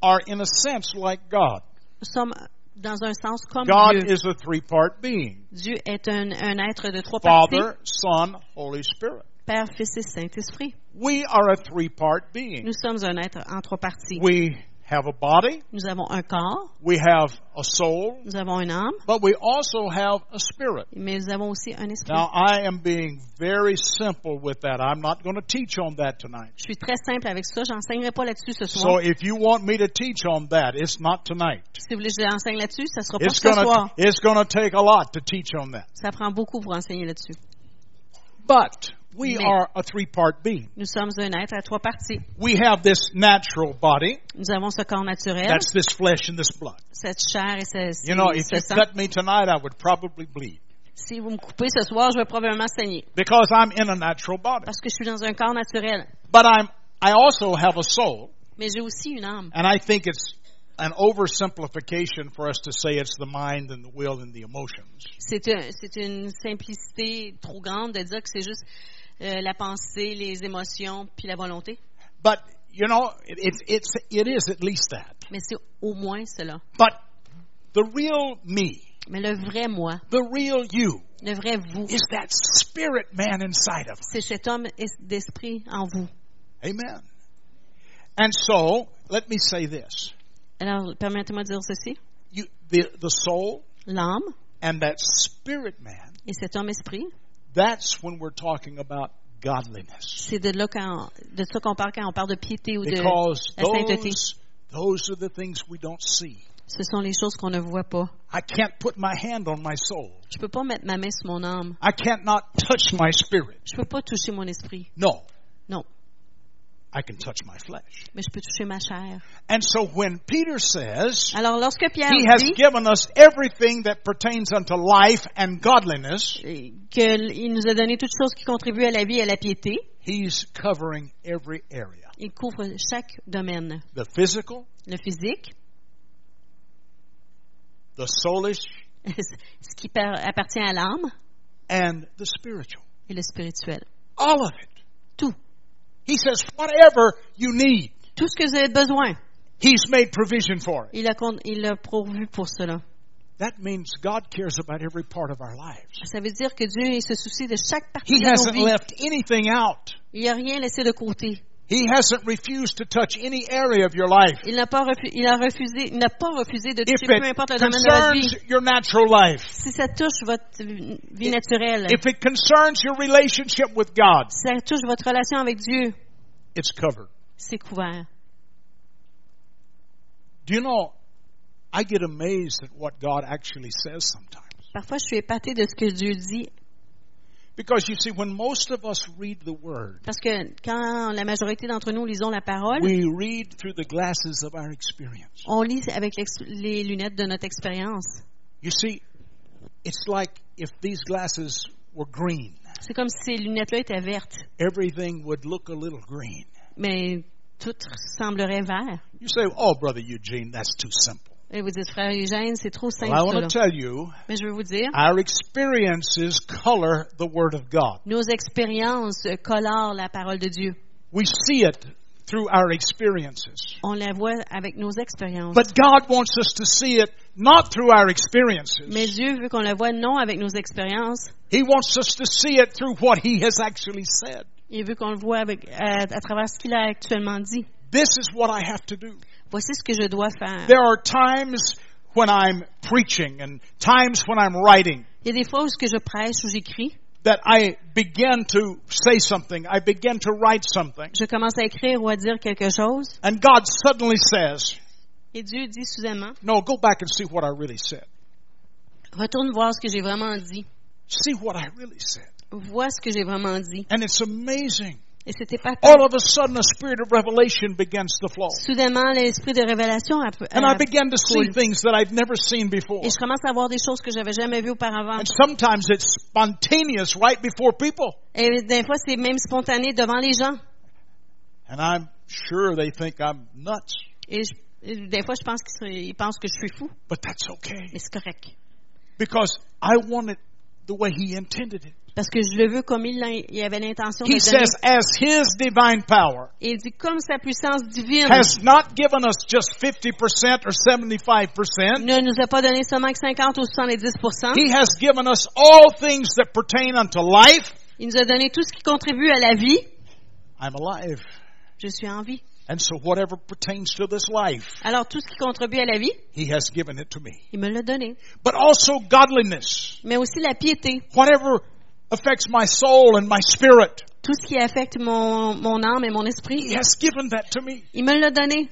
Speaker 3: are in a sense like God.
Speaker 2: sommes dans un sens comme
Speaker 3: God
Speaker 2: Dieu.
Speaker 3: is a three-part being.
Speaker 2: Dieu est un, un être de trois parties,
Speaker 3: Father, Son, Holy Spirit.
Speaker 2: Père, Fils et Saint-Esprit.
Speaker 3: We are a three-part being.
Speaker 2: Nous sommes un être en trois parties.
Speaker 3: We have a body,
Speaker 2: Nous avons un corps,
Speaker 3: we have a soul,
Speaker 2: nous avons une âme,
Speaker 3: but we also have a spirit.
Speaker 2: mais nous avons aussi un esprit.
Speaker 3: Now, I am being very simple with that. I'm not going to teach on that tonight.
Speaker 2: Je suis très simple avec ça. J'enseignerai pas là-dessus ce
Speaker 3: So
Speaker 2: soir.
Speaker 3: if you want me to teach on that, it's not tonight.
Speaker 2: si vous voulez que je l'enseigne là-dessus, ça sera pas
Speaker 3: It's
Speaker 2: ce
Speaker 3: gonna,
Speaker 2: soir.
Speaker 3: it's gonna take a lot to teach on that.
Speaker 2: Ça prend beaucoup pour enseigner là-dessus.
Speaker 3: But we
Speaker 2: Mais-
Speaker 3: are a three-part being.
Speaker 2: Nous sommes un être à trois parties.
Speaker 3: We have this natural body.
Speaker 2: Nous avons ce corps naturel,
Speaker 3: That's this flesh and this blood.
Speaker 2: cette chair et ce,
Speaker 3: You know, if
Speaker 2: ce
Speaker 3: you
Speaker 2: sang.
Speaker 3: cut me tonight, I would probably bleed
Speaker 2: Si vous me coupez ce soir, je vais probablement saigner
Speaker 3: because I'm in a natural body.
Speaker 2: parce que je suis dans un corps naturel.
Speaker 3: But I'm, I also have a soul,
Speaker 2: Mais j'ai aussi une âme.
Speaker 3: and I think it's an oversimplification for us to say it's the mind and the will and the emotions.
Speaker 2: C'est un- c'est une simplicité trop grande de dire que c'est juste euh, la pensée, les émotions, puis la volonté.
Speaker 3: But, you know, it, it's it's, it is at least that.
Speaker 2: Mais c'est au moins cela.
Speaker 3: But the real me,
Speaker 2: Mais le vrai moi,
Speaker 3: the real you,
Speaker 2: le vrai vous,
Speaker 3: is that spirit man inside of us.
Speaker 2: c'est cet homme es- d'esprit en vous.
Speaker 3: Amen. And so, let me say this.
Speaker 2: Alors, permettez-moi de dire ceci.
Speaker 3: You, the, the soul
Speaker 2: L'âme
Speaker 3: and that spirit man
Speaker 2: et cet homme esprit,
Speaker 3: That's when we're talking about godliness.
Speaker 2: c'est de là quand, de ça qu'on parle quand on parle de piété ou de
Speaker 3: Because
Speaker 2: la sainteté.
Speaker 3: those, those are the things we don't see.
Speaker 2: Ce sont les choses qu'on ne voit pas.
Speaker 3: I can't put my hand on my soul.
Speaker 2: Je peux pas mettre ma main sur mon âme.
Speaker 3: I can't not touch my spirit.
Speaker 2: Je peux pas toucher mon esprit.
Speaker 3: No,
Speaker 2: Non.
Speaker 3: I can touch my flesh.
Speaker 2: Mais je peux toucher ma chair.
Speaker 3: And so when Peter says,
Speaker 2: Alors, lorsque Pierre
Speaker 3: He has
Speaker 2: dit
Speaker 3: given us everything that pertains unto life and godliness,
Speaker 2: qu'il nous a donné toutes choses qui contribuent à la vie et à la piété.
Speaker 3: He's covering every area.
Speaker 2: Il couvre chaque domaine.
Speaker 3: The physical,
Speaker 2: Le physique,
Speaker 3: the soulish,
Speaker 2: ce qui par- appartient à l'âme,
Speaker 3: and the spiritual.
Speaker 2: et le spirituel.
Speaker 3: All of it.
Speaker 2: Tout.
Speaker 3: He says, whatever you need,
Speaker 2: Tout ce que vous avez besoin,
Speaker 3: He's made provision for it.
Speaker 2: il a, con- il a pourvu pour cela.
Speaker 3: That means God cares about every part of our lives.
Speaker 2: Ça veut dire que Dieu il se soucie de chaque partie
Speaker 3: He
Speaker 2: de nos
Speaker 3: hasn't
Speaker 2: vies.
Speaker 3: left anything out.
Speaker 2: Il n'a rien laissé de côté.
Speaker 3: He hasn't refused to touch any area of your life.
Speaker 2: Il n'a pas, refu- il a refusé, il n'a pas refusé de
Speaker 3: If
Speaker 2: toucher peu
Speaker 3: it
Speaker 2: importe le domaine de votre vie.
Speaker 3: concerns your natural life,
Speaker 2: Si ça touche votre vie naturelle,
Speaker 3: if it concerns your relationship with God,
Speaker 2: si ça touche votre relation avec Dieu,
Speaker 3: it's covered.
Speaker 2: c'est couvert.
Speaker 3: Do you know, I get amazed at what God actually says sometimes.
Speaker 2: Parfois, je suis épatée de ce que Dieu dit
Speaker 3: Because you see, when most of us read the Word,
Speaker 2: Parce que quand la majorité d'entre nous lisons la parole,
Speaker 3: we read through the glasses of our experience.
Speaker 2: on lit avec l'ex- les lunettes de notre expérience.
Speaker 3: You see, it's like if these glasses were green.
Speaker 2: C'est comme si ces lunettes-là étaient vertes,
Speaker 3: everything would look a little green.
Speaker 2: mais tout semblerait vert.
Speaker 3: You say, Oh, Brother Eugene, that's too simple.
Speaker 2: Et vous dites, frère Eugène, c'est trop simple.
Speaker 3: Well,
Speaker 2: ça,
Speaker 3: I
Speaker 2: là.
Speaker 3: want to tell you,
Speaker 2: Mais je veux vous dire,
Speaker 3: our experiences color the Word of God.
Speaker 2: nos expériences colorent la parole de Dieu.
Speaker 3: We see it through our experiences.
Speaker 2: On la voit avec nos expériences.
Speaker 3: But God wants us to see it not through our
Speaker 2: Mais
Speaker 3: experiences.
Speaker 2: Dieu veut qu'on la voie non avec nos expériences,
Speaker 3: He wants us to see it through what He has actually said.
Speaker 2: il veut qu'on le voie avec, à, à travers ce qu'il a actuellement dit.
Speaker 3: This is what I have to do.
Speaker 2: Voici ce que je dois faire.
Speaker 3: There are times when I'm preaching and times when I'm writing
Speaker 2: Il y a des fois où ce que je prêche ou j'écris,
Speaker 3: that I begin to say something, I begin to write something,
Speaker 2: je commence à écrire ou à dire quelque chose,
Speaker 3: and God suddenly says,
Speaker 2: et Dieu dit soudainement,
Speaker 3: No, go back and see what I really said.
Speaker 2: retourne voir ce que j'ai vraiment dit.
Speaker 3: See what I really said.
Speaker 2: Vois ce que j'ai vraiment dit.
Speaker 3: And it's amazing.
Speaker 2: Et c'était pas
Speaker 3: All of a sudden, a spirit of revelation begins to flow.
Speaker 2: Soudainement, l'esprit de révélation a,
Speaker 3: And
Speaker 2: a-
Speaker 3: I began to see things that I've never seen before.
Speaker 2: et je commence à voir des choses que j'avais jamais vues auparavant.
Speaker 3: And sometimes it's spontaneous right before people.
Speaker 2: Et des fois, c'est même spontané devant les gens.
Speaker 3: And I'm sure they think I'm nuts,
Speaker 2: Et je- et des fois, je pense qu'ils sont- ils pensent que je suis fou,
Speaker 3: but that's okay
Speaker 2: mais c'est correct.
Speaker 3: because I want it the way He intended it.
Speaker 2: Parce que je le veux comme il, l'a- il avait l'intention de
Speaker 3: He
Speaker 2: le donner.
Speaker 3: says, as His divine power
Speaker 2: Et il dit, comme sa puissance divine
Speaker 3: has not given us just 50% or 75%,
Speaker 2: ne nous a pas donné seulement que 50 ou 70
Speaker 3: He has given us all things that pertain unto life.
Speaker 2: il nous a donné tout ce qui contribue à la vie,
Speaker 3: I'm alive.
Speaker 2: je suis en vie.
Speaker 3: And so whatever pertains to this life,
Speaker 2: Alors, tout ce qui contribue à la vie,
Speaker 3: He has given it to me.
Speaker 2: il me l'a donné.
Speaker 3: But also godliness.
Speaker 2: Mais aussi la piété,
Speaker 3: Whatever affects my soul and my spirit,
Speaker 2: tout ce qui affecte mon, mon âme et mon esprit,
Speaker 3: He has given that to me.
Speaker 2: il me l'a donné.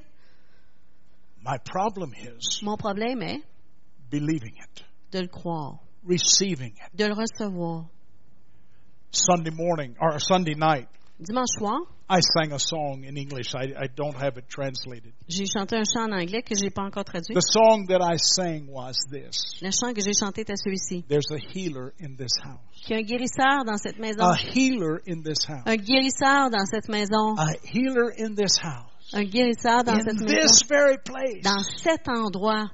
Speaker 3: My problem is
Speaker 2: Mon problème est
Speaker 3: believing it,
Speaker 2: de le croire,
Speaker 3: receiving it.
Speaker 2: de le recevoir.
Speaker 3: Sunday morning or Sunday night,
Speaker 2: Dimanche soir,
Speaker 3: I sang a song in English. I, I don't have it translated.
Speaker 2: j'ai chanté un chant en anglais que j'ai pas encore traduit.
Speaker 3: The song that I sang was this.
Speaker 2: Le chant que j'ai chanté était celui-ci.
Speaker 3: There's a healer in this house.
Speaker 2: Qu'il y a un guérisseur dans cette maison.
Speaker 3: A healer in this house.
Speaker 2: Un guérisseur dans cette maison.
Speaker 3: A healer in this house.
Speaker 2: Un guérisseur dans cette
Speaker 3: Ah. In
Speaker 2: maison.
Speaker 3: this very place.
Speaker 2: Dans cet endroit,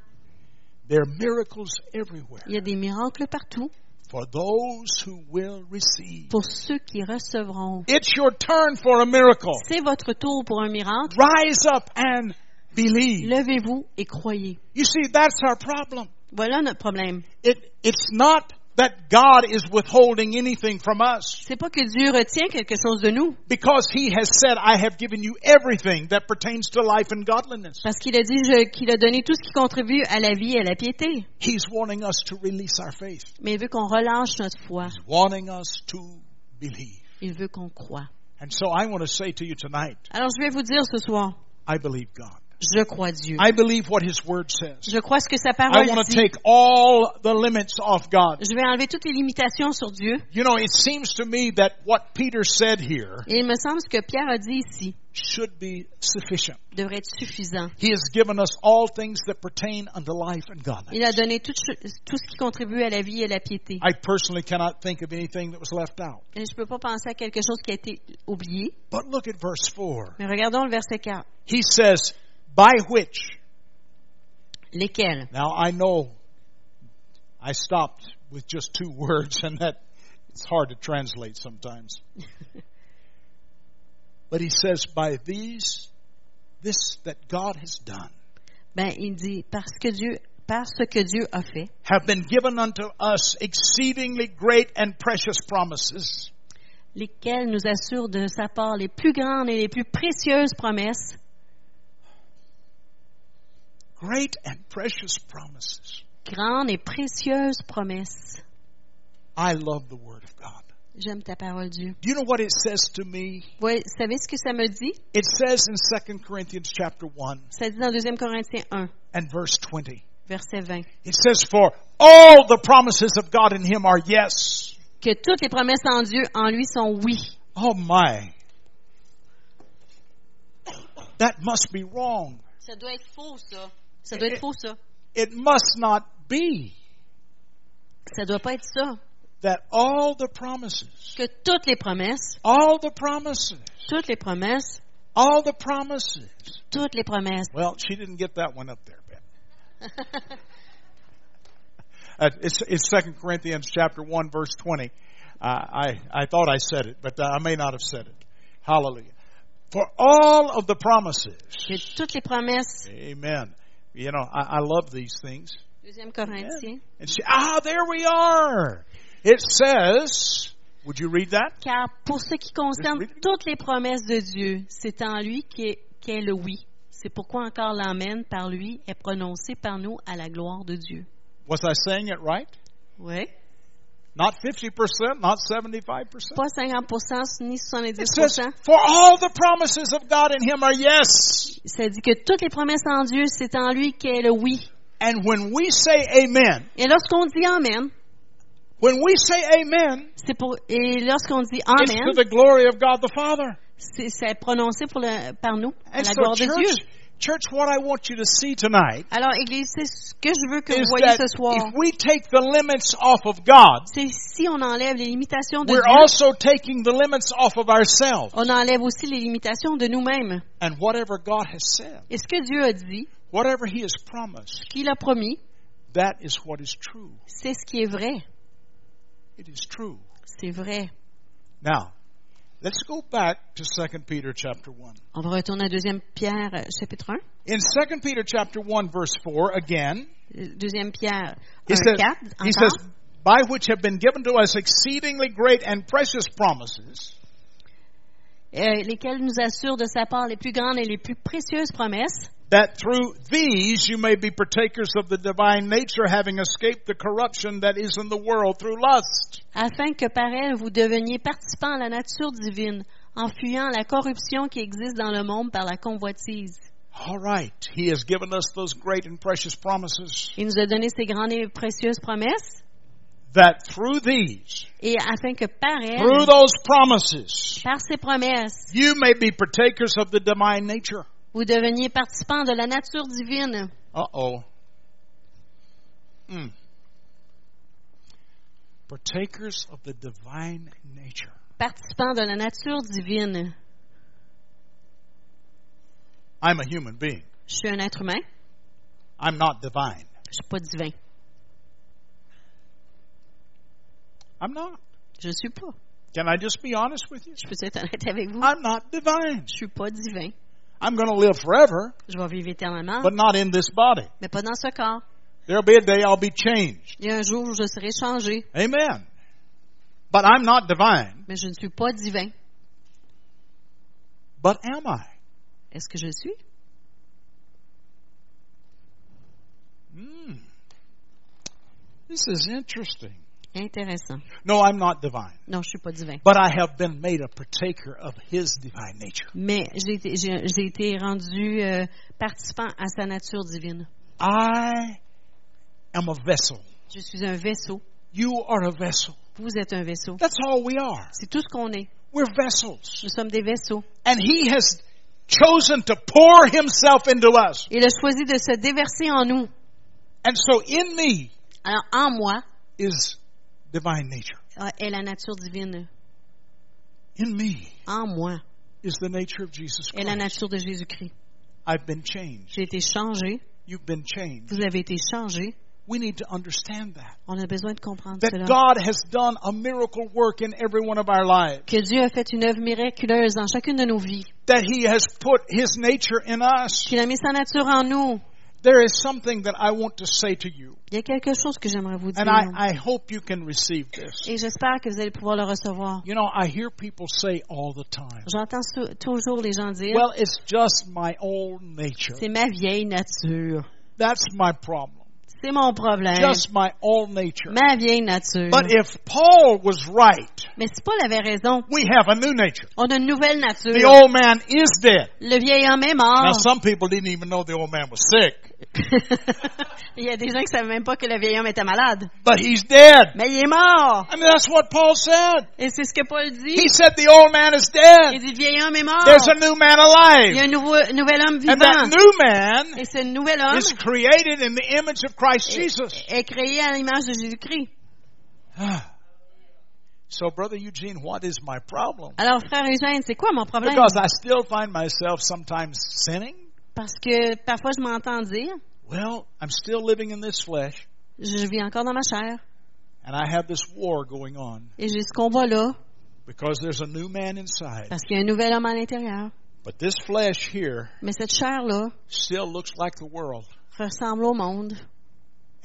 Speaker 3: There are miracles everywhere
Speaker 2: il y a des miracles partout
Speaker 3: for those who will receive.
Speaker 2: pour ceux qui recevront.
Speaker 3: It's your turn for a miracle.
Speaker 2: C'est votre tour pour un miracle.
Speaker 3: Rise up and believe.
Speaker 2: Levez-vous et croyez.
Speaker 3: You see, that's our problem.
Speaker 2: Voilà notre problème.
Speaker 3: It, it's not that God is withholding anything from us
Speaker 2: C'est pas que Dieu retient quelque chose de nous,
Speaker 3: because He has said, I have given you everything that pertains to life and godliness.
Speaker 2: parce qu'il a dit je- qu'il a donné tout ce qui contribue à la vie et à la piété.
Speaker 3: He's wanting us to release our faith,
Speaker 2: Mais il veut qu'on relâche notre foi.
Speaker 3: He's wanting us to believe.
Speaker 2: Il veut qu'on croit.
Speaker 3: And so I want to say to you tonight,
Speaker 2: Alors je vais vous dire ce soir,
Speaker 3: I believe God.
Speaker 2: je crois Dieu.
Speaker 3: I believe what His Word says.
Speaker 2: Je crois ce que sa
Speaker 3: I
Speaker 2: parole
Speaker 3: want to
Speaker 2: dit.
Speaker 3: take all the limits off God.
Speaker 2: Je vais enlever toutes les limitations sur Dieu.
Speaker 3: You know, it seems to me that what Peter said here
Speaker 2: Et il me semble ce que Pierre a dit ici
Speaker 3: should be sufficient.
Speaker 2: devrait être suffisant.
Speaker 3: He has given us all things that pertain unto life and godliness.
Speaker 2: Il a donné tout, ch- tout ce qui contribue à la vie et à la piété.
Speaker 3: I personally cannot think of anything that was left out.
Speaker 2: Et je ne peux pas penser à quelque chose qui a été oublié.
Speaker 3: But look at verse 4.
Speaker 2: Mais regardons le verset 4.
Speaker 3: He says, By which.
Speaker 2: Lesquels?
Speaker 3: Now I know I stopped with just two words and that it's hard to translate sometimes. but he says, By these, this that God has done,
Speaker 2: Ben, il dit, parce que Dieu, par ce que Dieu a fait,
Speaker 3: have been given unto us exceedingly great and precious promises.
Speaker 2: lesquels nous assurent de sa part les plus grandes et les plus précieuses promesses,
Speaker 3: Great and precious promises.
Speaker 2: grandes et précieuses promesses.
Speaker 3: I love the Word of God.
Speaker 2: J'aime ta parole, Dieu.
Speaker 3: Do you know what it says to me?
Speaker 2: Vous savez ce que ça me dit?
Speaker 3: It says in 2 Corinthians chapter 1
Speaker 2: Ça dit dans 2 Corinthiens 1,
Speaker 3: and verse 20.
Speaker 2: verset 20,
Speaker 3: It says, For all the promises of God in Him are yes.
Speaker 2: que toutes les promesses en Dieu, en lui, sont oui.
Speaker 3: Oh my. That must be wrong.
Speaker 2: Ça doit être faux, ça. Ça doit être faux, ça.
Speaker 3: It must not be
Speaker 2: Ça doit pas être ça.
Speaker 3: that all the promises,
Speaker 2: Que toutes les promesses,
Speaker 3: all the promises,
Speaker 2: toutes les promesses,
Speaker 3: all the promises.
Speaker 2: toutes les promesses.
Speaker 3: Well, she didn't get that one up there, Ben. Uh, it's, it's 2 Corinthians chapter 1 verse 20. Uh, I, I thought I said it, but uh, I may not have said it. Hallelujah. for all of the promises.
Speaker 2: de toutes les promesses.
Speaker 3: Amen. You know, I, I love these things.
Speaker 2: Deuxième Corinthiens.
Speaker 3: And she, ah, there we are. It says, would you read that?
Speaker 2: Car pour ce qui concerne toutes les promesses de Dieu, c'est en lui qu'est qu'est le oui. C'est pourquoi encore l'amen par lui est prononcé par nous à la gloire de Dieu.
Speaker 3: Was I saying it right?
Speaker 2: Oui.
Speaker 3: Not 50%, not 75%.
Speaker 2: Pas 50 ni
Speaker 3: It
Speaker 2: 70
Speaker 3: says, for all the promises of God in Him are yes.
Speaker 2: Ça dit que toutes les promesses en Dieu, c'est en lui qu'est le oui.
Speaker 3: And when we say amen,
Speaker 2: Et lorsqu'on dit amen,
Speaker 3: when we say amen,
Speaker 2: c'est pour et lorsqu'on dit
Speaker 3: it's to
Speaker 2: amen,
Speaker 3: the glory of God the Father.
Speaker 2: c'est c'est prononcé pour le- par nous à la
Speaker 3: And so
Speaker 2: gloire de Dieu.
Speaker 3: church, church, what I want you to see tonight
Speaker 2: Alors, Église, c'est ce que je veux que vous
Speaker 3: is
Speaker 2: voyez
Speaker 3: that
Speaker 2: ce soir.
Speaker 3: if we take the limits off of God,
Speaker 2: C'est si on enlève les limitations de
Speaker 3: we're
Speaker 2: Dieu,
Speaker 3: also taking the limits off of ourselves
Speaker 2: on enlève aussi les limitations de nous-mêmes.
Speaker 3: and whatever God has said,
Speaker 2: Et ce que Dieu a dit,
Speaker 3: whatever He has promised,
Speaker 2: qu'il a promis,
Speaker 3: that is what is true.
Speaker 2: c'est ce qui est vrai.
Speaker 3: It is true.
Speaker 2: C'est vrai.
Speaker 3: Now, let's go back to 2 Peter chapter 1.
Speaker 2: On va retourner à 2 Pierre, euh, chapitre 1.
Speaker 3: In 2 Peter chapter 1 verse 4 again,
Speaker 2: 2 Euh, Pierre
Speaker 3: He
Speaker 2: 1,
Speaker 3: says,
Speaker 2: 4,
Speaker 3: he
Speaker 2: encore.
Speaker 3: says, by which have been given to us exceedingly great and precious promises,
Speaker 2: Euh, lesquels nous assurent de sa part les plus grandes et les plus précieuses promesses,
Speaker 3: that through these you may be partakers of the divine nature, having escaped the corruption that is in the world through lust.
Speaker 2: afin que par elles vous deveniez participants à la nature divine, en fuyant la corruption qui existe dans le monde par la convoitise.
Speaker 3: All right. He has given us those great and precious promises
Speaker 2: Il nous a donné ces grandes et précieuses promesses,
Speaker 3: that through these,
Speaker 2: et afin que par
Speaker 3: through
Speaker 2: elles,
Speaker 3: those promises,
Speaker 2: par ces promesses,
Speaker 3: you may be partakers of the divine nature.
Speaker 2: vous deveniez participants de la nature divine.
Speaker 3: Uh oh. Mm. Partakers of the divine nature.
Speaker 2: Participants de la nature divine.
Speaker 3: I'm a human being.
Speaker 2: Je suis un être humain,
Speaker 3: I'm not divine.
Speaker 2: je suis pas divin.
Speaker 3: I'm not.
Speaker 2: Je suis pas.
Speaker 3: Can I just be honest with you?
Speaker 2: Je peux être honnête avec vous.
Speaker 3: I'm not divine.
Speaker 2: Je suis pas divin.
Speaker 3: Mm. I'm going to live forever,
Speaker 2: Je vais vivre éternellement,
Speaker 3: but not in this body.
Speaker 2: mais pas dans ce corps.
Speaker 3: There'll be a day I'll be changed.
Speaker 2: Il y a un jour où je serai changé,
Speaker 3: Amen. But I'm not divine.
Speaker 2: mais je ne suis pas divin.
Speaker 3: But am I?
Speaker 2: Est-ce que je le suis?
Speaker 3: Hmm. This is interesting.
Speaker 2: Intéressant.
Speaker 3: No, I'm not divine.
Speaker 2: Non, je suis pas divin.
Speaker 3: But I have been made a partaker of his divine nature.
Speaker 2: Mais j'ai été, j'ai- j'ai été rendu euh, participant à sa nature divine.
Speaker 3: I am a vessel.
Speaker 2: Je suis un vaisseau.
Speaker 3: You are a vessel.
Speaker 2: Vous êtes un vaisseau.
Speaker 3: That's all we are.
Speaker 2: C'est tout ce qu'on est.
Speaker 3: We're vessels.
Speaker 2: Nous sommes des vaisseaux.
Speaker 3: and he has chosen to pour himself into us.
Speaker 2: Il a choisi de se déverser en nous.
Speaker 3: And so in me
Speaker 2: Alors, en moi
Speaker 3: is divine nature.
Speaker 2: euh, est la nature divine.
Speaker 3: In me
Speaker 2: En moi
Speaker 3: is the nature of Jesus
Speaker 2: est la
Speaker 3: Christ.
Speaker 2: nature de Jésus-Christ.
Speaker 3: I've been changed.
Speaker 2: J'ai été changé.
Speaker 3: You've been changed.
Speaker 2: Vous avez été changé.
Speaker 3: We need to understand that.
Speaker 2: On a besoin de comprendre
Speaker 3: That
Speaker 2: cela.
Speaker 3: God has done a miracle work in every one of our lives.
Speaker 2: Que Dieu a fait une œuvre miraculeuse dans chacune de nos vies.
Speaker 3: That He has put His nature in us.
Speaker 2: qu'il a mis sa nature en nous.
Speaker 3: There is something that I want to say to you.
Speaker 2: Il y a quelque chose que j'aimerais vous dire.
Speaker 3: And I, I hope you can receive this.
Speaker 2: et j'espère que vous allez pouvoir le recevoir.
Speaker 3: You know, I hear people say all the time,
Speaker 2: J'entends sou- toujours les gens dire,
Speaker 3: well, it's just my old nature.
Speaker 2: c'est ma vieille nature.
Speaker 3: That's my problem.
Speaker 2: C'est mon problème.
Speaker 3: Just my old nature.
Speaker 2: ma vieille nature.
Speaker 3: But if Paul was right,
Speaker 2: Mais si Paul avait raison,
Speaker 3: we have a new nature.
Speaker 2: on a une nouvelle nature.
Speaker 3: The old man is dead.
Speaker 2: Le vieil homme est
Speaker 3: Now,
Speaker 2: mort.
Speaker 3: some people didn't even know the old man was sick,
Speaker 2: Il y a des gens qui ne savaient même pas que le vieil homme était malade.
Speaker 3: but he's dead.
Speaker 2: Mais il est mort.
Speaker 3: I mean, that's what Paul said.
Speaker 2: Et c'est ce que Paul dit.
Speaker 3: He said the old man is
Speaker 2: Il
Speaker 3: dead.
Speaker 2: dit, le vieil homme est mort.
Speaker 3: There's a new
Speaker 2: Il
Speaker 3: man
Speaker 2: y a
Speaker 3: alive.
Speaker 2: un nouveau, nouvel homme
Speaker 3: And that
Speaker 2: vivant.
Speaker 3: new man
Speaker 2: Et ce nouvel homme
Speaker 3: is created in the image of
Speaker 2: Eh,
Speaker 3: Christ Jesus.
Speaker 2: est créé à l'image de Jésus-Christ.
Speaker 3: So, Brother Eugene, what is my problem?
Speaker 2: Alors, frère Eugène, c'est quoi mon problème?
Speaker 3: Because I still find myself sometimes sinning.
Speaker 2: Parce que parfois je m'entends dire,
Speaker 3: Well, I'm still living in this flesh.
Speaker 2: je vis encore dans ma chair
Speaker 3: And I have this war going on
Speaker 2: et j'ai ce combat-là
Speaker 3: because there's a new man inside.
Speaker 2: parce qu'il y a un nouvel homme à l'intérieur.
Speaker 3: But this flesh here
Speaker 2: Mais cette chair-là
Speaker 3: still looks like the world.
Speaker 2: ressemble au monde.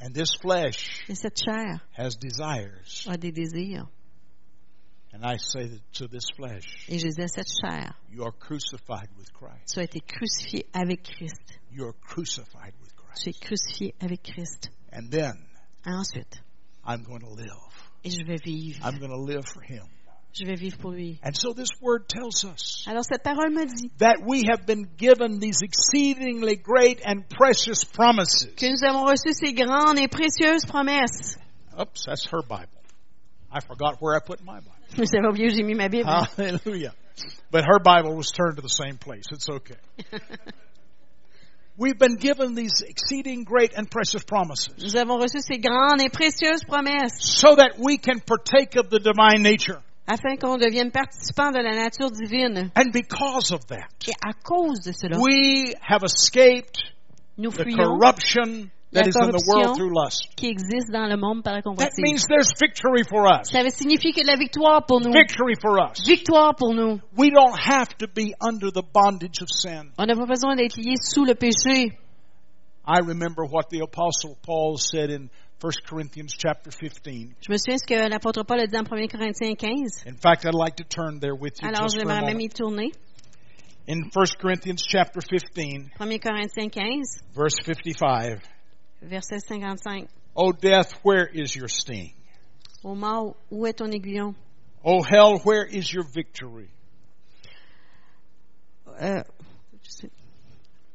Speaker 3: And this flesh
Speaker 2: Et cette chair
Speaker 3: has desires.
Speaker 2: a des désirs.
Speaker 3: And I say to this flesh,
Speaker 2: Et je disais, cette chair,
Speaker 3: you are crucified with Christ.
Speaker 2: tu as été crucifié avec Christ.
Speaker 3: You are crucified with
Speaker 2: Tu es
Speaker 3: Christ.
Speaker 2: crucifié avec Christ. Hein,
Speaker 3: And then
Speaker 2: Ensuite,
Speaker 3: I'm going to live.
Speaker 2: et je vais vivre.
Speaker 3: I'm going to live for Him.
Speaker 2: Je vais vivre pour lui.
Speaker 3: And so this word tells us
Speaker 2: Alors cette parole me dit
Speaker 3: that we have been given these exceedingly great and precious promises.
Speaker 2: que nous avons reçu ces grandes et précieuses promesses.
Speaker 3: Oops, that's her Bible. I forgot where I put my Bible.
Speaker 2: J'avais oublié où j'ai mis ma Bible.
Speaker 3: Ah. Hallelujah. But her Bible was turned to the same place. It's okay. We've been given these exceeding great and precious promises
Speaker 2: Nous avons reçu ces grandes et précieuses promesses
Speaker 3: so that we can partake of the divine nature.
Speaker 2: afin qu'on devienne participant de la nature divine.
Speaker 3: And because of that,
Speaker 2: Et à cause de cela,
Speaker 3: we have escaped
Speaker 2: nous
Speaker 3: the
Speaker 2: fuyons
Speaker 3: corruption that
Speaker 2: La
Speaker 3: is in the world
Speaker 2: corruption.
Speaker 3: through lust.
Speaker 2: qui existe dans le monde par la
Speaker 3: That
Speaker 2: convoitise.
Speaker 3: means there's victory for us.
Speaker 2: Ça veut signifier que de la victoire pour nous.
Speaker 3: Victory for us.
Speaker 2: Victoire pour nous.
Speaker 3: We don't have to be under the bondage of sin.
Speaker 2: On n'a pas besoin d'être lié sous le péché.
Speaker 3: I remember what the apostle Paul said in 1 Corinthians chapter 15.
Speaker 2: Je me souviens ce que l'apôtre Paul a dit en 1 Corinthiens 15.
Speaker 3: In fact, I'd like to turn there with you
Speaker 2: Alors,
Speaker 3: just
Speaker 2: je
Speaker 3: for a
Speaker 2: vais même
Speaker 3: moment.
Speaker 2: y tourner.
Speaker 3: In 1 Corinthians chapter 15,
Speaker 2: 1 Corinthiens 15,
Speaker 3: verse 55.
Speaker 2: verset 55.
Speaker 3: O death, where is your sting?
Speaker 2: Ô mort, où est ton aiguillon?
Speaker 3: O hell, where is your victory?
Speaker 2: Euh, je sais.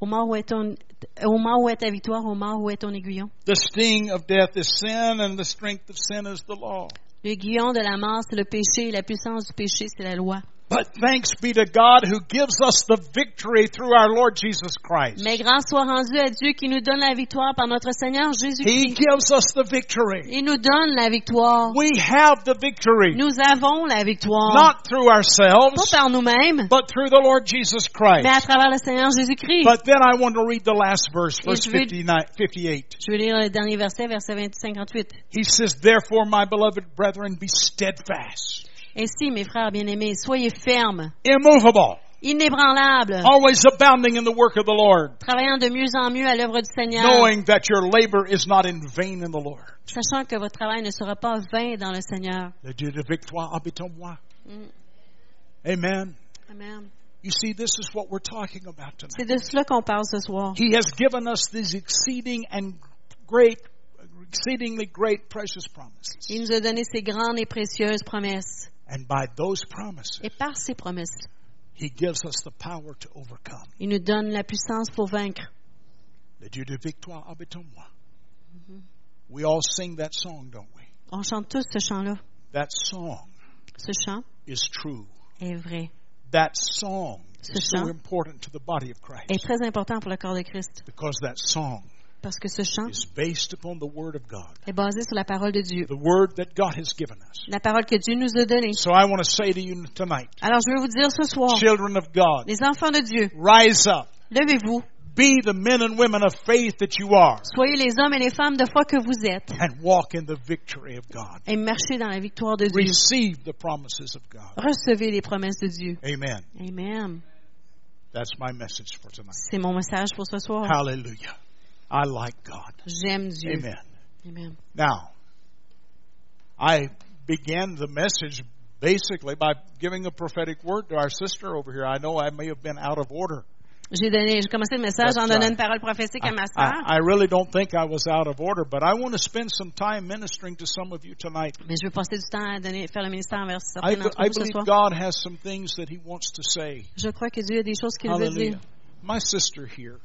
Speaker 2: Au mort, où est ton, au mort, où est ta victoire? Au mort, où est ton aiguillon?
Speaker 3: The sting of death is sin, and the strength of sin is the law.
Speaker 2: L'aiguillon de la mort, c'est le péché. et La puissance du péché, c'est la loi.
Speaker 3: But thanks be to God who gives us the victory through our Lord Jesus Christ.
Speaker 2: Mais grâce soit rendue à Dieu qui nous donne la victoire par notre Seigneur
Speaker 3: He
Speaker 2: Jésus-Christ.
Speaker 3: gives us the victory.
Speaker 2: Il nous donne la victoire.
Speaker 3: We have the victory,
Speaker 2: Nous avons la victoire.
Speaker 3: not through
Speaker 2: Pas
Speaker 3: ourselves,
Speaker 2: par nous-mêmes,
Speaker 3: but through the Lord Jesus
Speaker 2: mais à
Speaker 3: Christ.
Speaker 2: travers le Seigneur Jésus-Christ.
Speaker 3: But then I want to read the last verse,
Speaker 2: Et
Speaker 3: verse
Speaker 2: je veux-
Speaker 3: 59, 58.
Speaker 2: Je vais lire le dernier verset, verset 20, 58.
Speaker 3: He says, Therefore, my beloved brethren, be steadfast,
Speaker 2: Ainsi, mes frères bien-aimés, soyez fermes,
Speaker 3: immovable,
Speaker 2: inébranlables,
Speaker 3: always abounding in the work of the Lord,
Speaker 2: travaillant de mieux en mieux à l'œuvre du Seigneur,
Speaker 3: knowing that your labor is not in vain in the Lord.
Speaker 2: sachant que votre travail ne sera pas vain dans le Seigneur.
Speaker 3: Le Dieu de victoire habite en moi.
Speaker 2: Mm.
Speaker 3: Amen.
Speaker 2: Amen.
Speaker 3: You see, this is what we're talking about tonight.
Speaker 2: C'est de cela qu'on parle ce soir.
Speaker 3: He has given us these exceeding and great, exceedingly great precious promises.
Speaker 2: Il nous a donné ses grandes et précieuses promesses.
Speaker 3: And by those promises,
Speaker 2: Et par ces promesses,
Speaker 3: He gives us the power to overcome.
Speaker 2: il nous donne la puissance pour vaincre.
Speaker 3: Le Dieu de victoire habite en moi. We all sing that song, don't we?
Speaker 2: On chante tous ce chant-là.
Speaker 3: That song
Speaker 2: Ce chant
Speaker 3: is true.
Speaker 2: est vrai.
Speaker 3: That song
Speaker 2: Ce
Speaker 3: is so
Speaker 2: chant
Speaker 3: important to the body of Christ
Speaker 2: est très important pour le corps de Christ
Speaker 3: because that song
Speaker 2: parce que ce chant
Speaker 3: is based upon the Word of God,
Speaker 2: est basé sur la parole de Dieu,
Speaker 3: the Word that God has given us.
Speaker 2: la parole que Dieu nous a donnée.
Speaker 3: So I want to say to you tonight,
Speaker 2: Alors je veux vous dire ce soir,
Speaker 3: children of God,
Speaker 2: les enfants de Dieu,
Speaker 3: rise up.
Speaker 2: levez-vous,
Speaker 3: Be the men and women of faith that you are
Speaker 2: soyez les hommes et les femmes de foi que vous êtes
Speaker 3: and walk in the victory of God.
Speaker 2: et marchez dans la victoire de Dieu.
Speaker 3: Receive the promises of God.
Speaker 2: Recevez les promesses de Dieu.
Speaker 3: Amen.
Speaker 2: Amen.
Speaker 3: That's my message for tonight.
Speaker 2: C'est mon message pour ce soir.
Speaker 3: Hallelujah. I like God.
Speaker 2: J'aime Dieu.
Speaker 3: Amen.
Speaker 2: Amen.
Speaker 3: Now, I began the message basically by giving a prophetic word to our sister over here. I know I may have been out of order.
Speaker 2: J'ai donné, j'ai commencé le message en
Speaker 3: That's
Speaker 2: donnant
Speaker 3: right. Ah,
Speaker 2: une parole prophétique à ma
Speaker 3: I,
Speaker 2: sœur,
Speaker 3: I really don't think I was out of order, but I want to spend some time ministering to some of you tonight.
Speaker 2: mais je veux passer du temps à donner, faire le ministère envers
Speaker 3: I,
Speaker 2: certains
Speaker 3: be-
Speaker 2: d'entre
Speaker 3: I
Speaker 2: vous ce
Speaker 3: believe
Speaker 2: soir.
Speaker 3: God has some things that He wants to say.
Speaker 2: Je crois que Dieu a des choses qu'il veut dire.
Speaker 3: Hallelujah. My sister here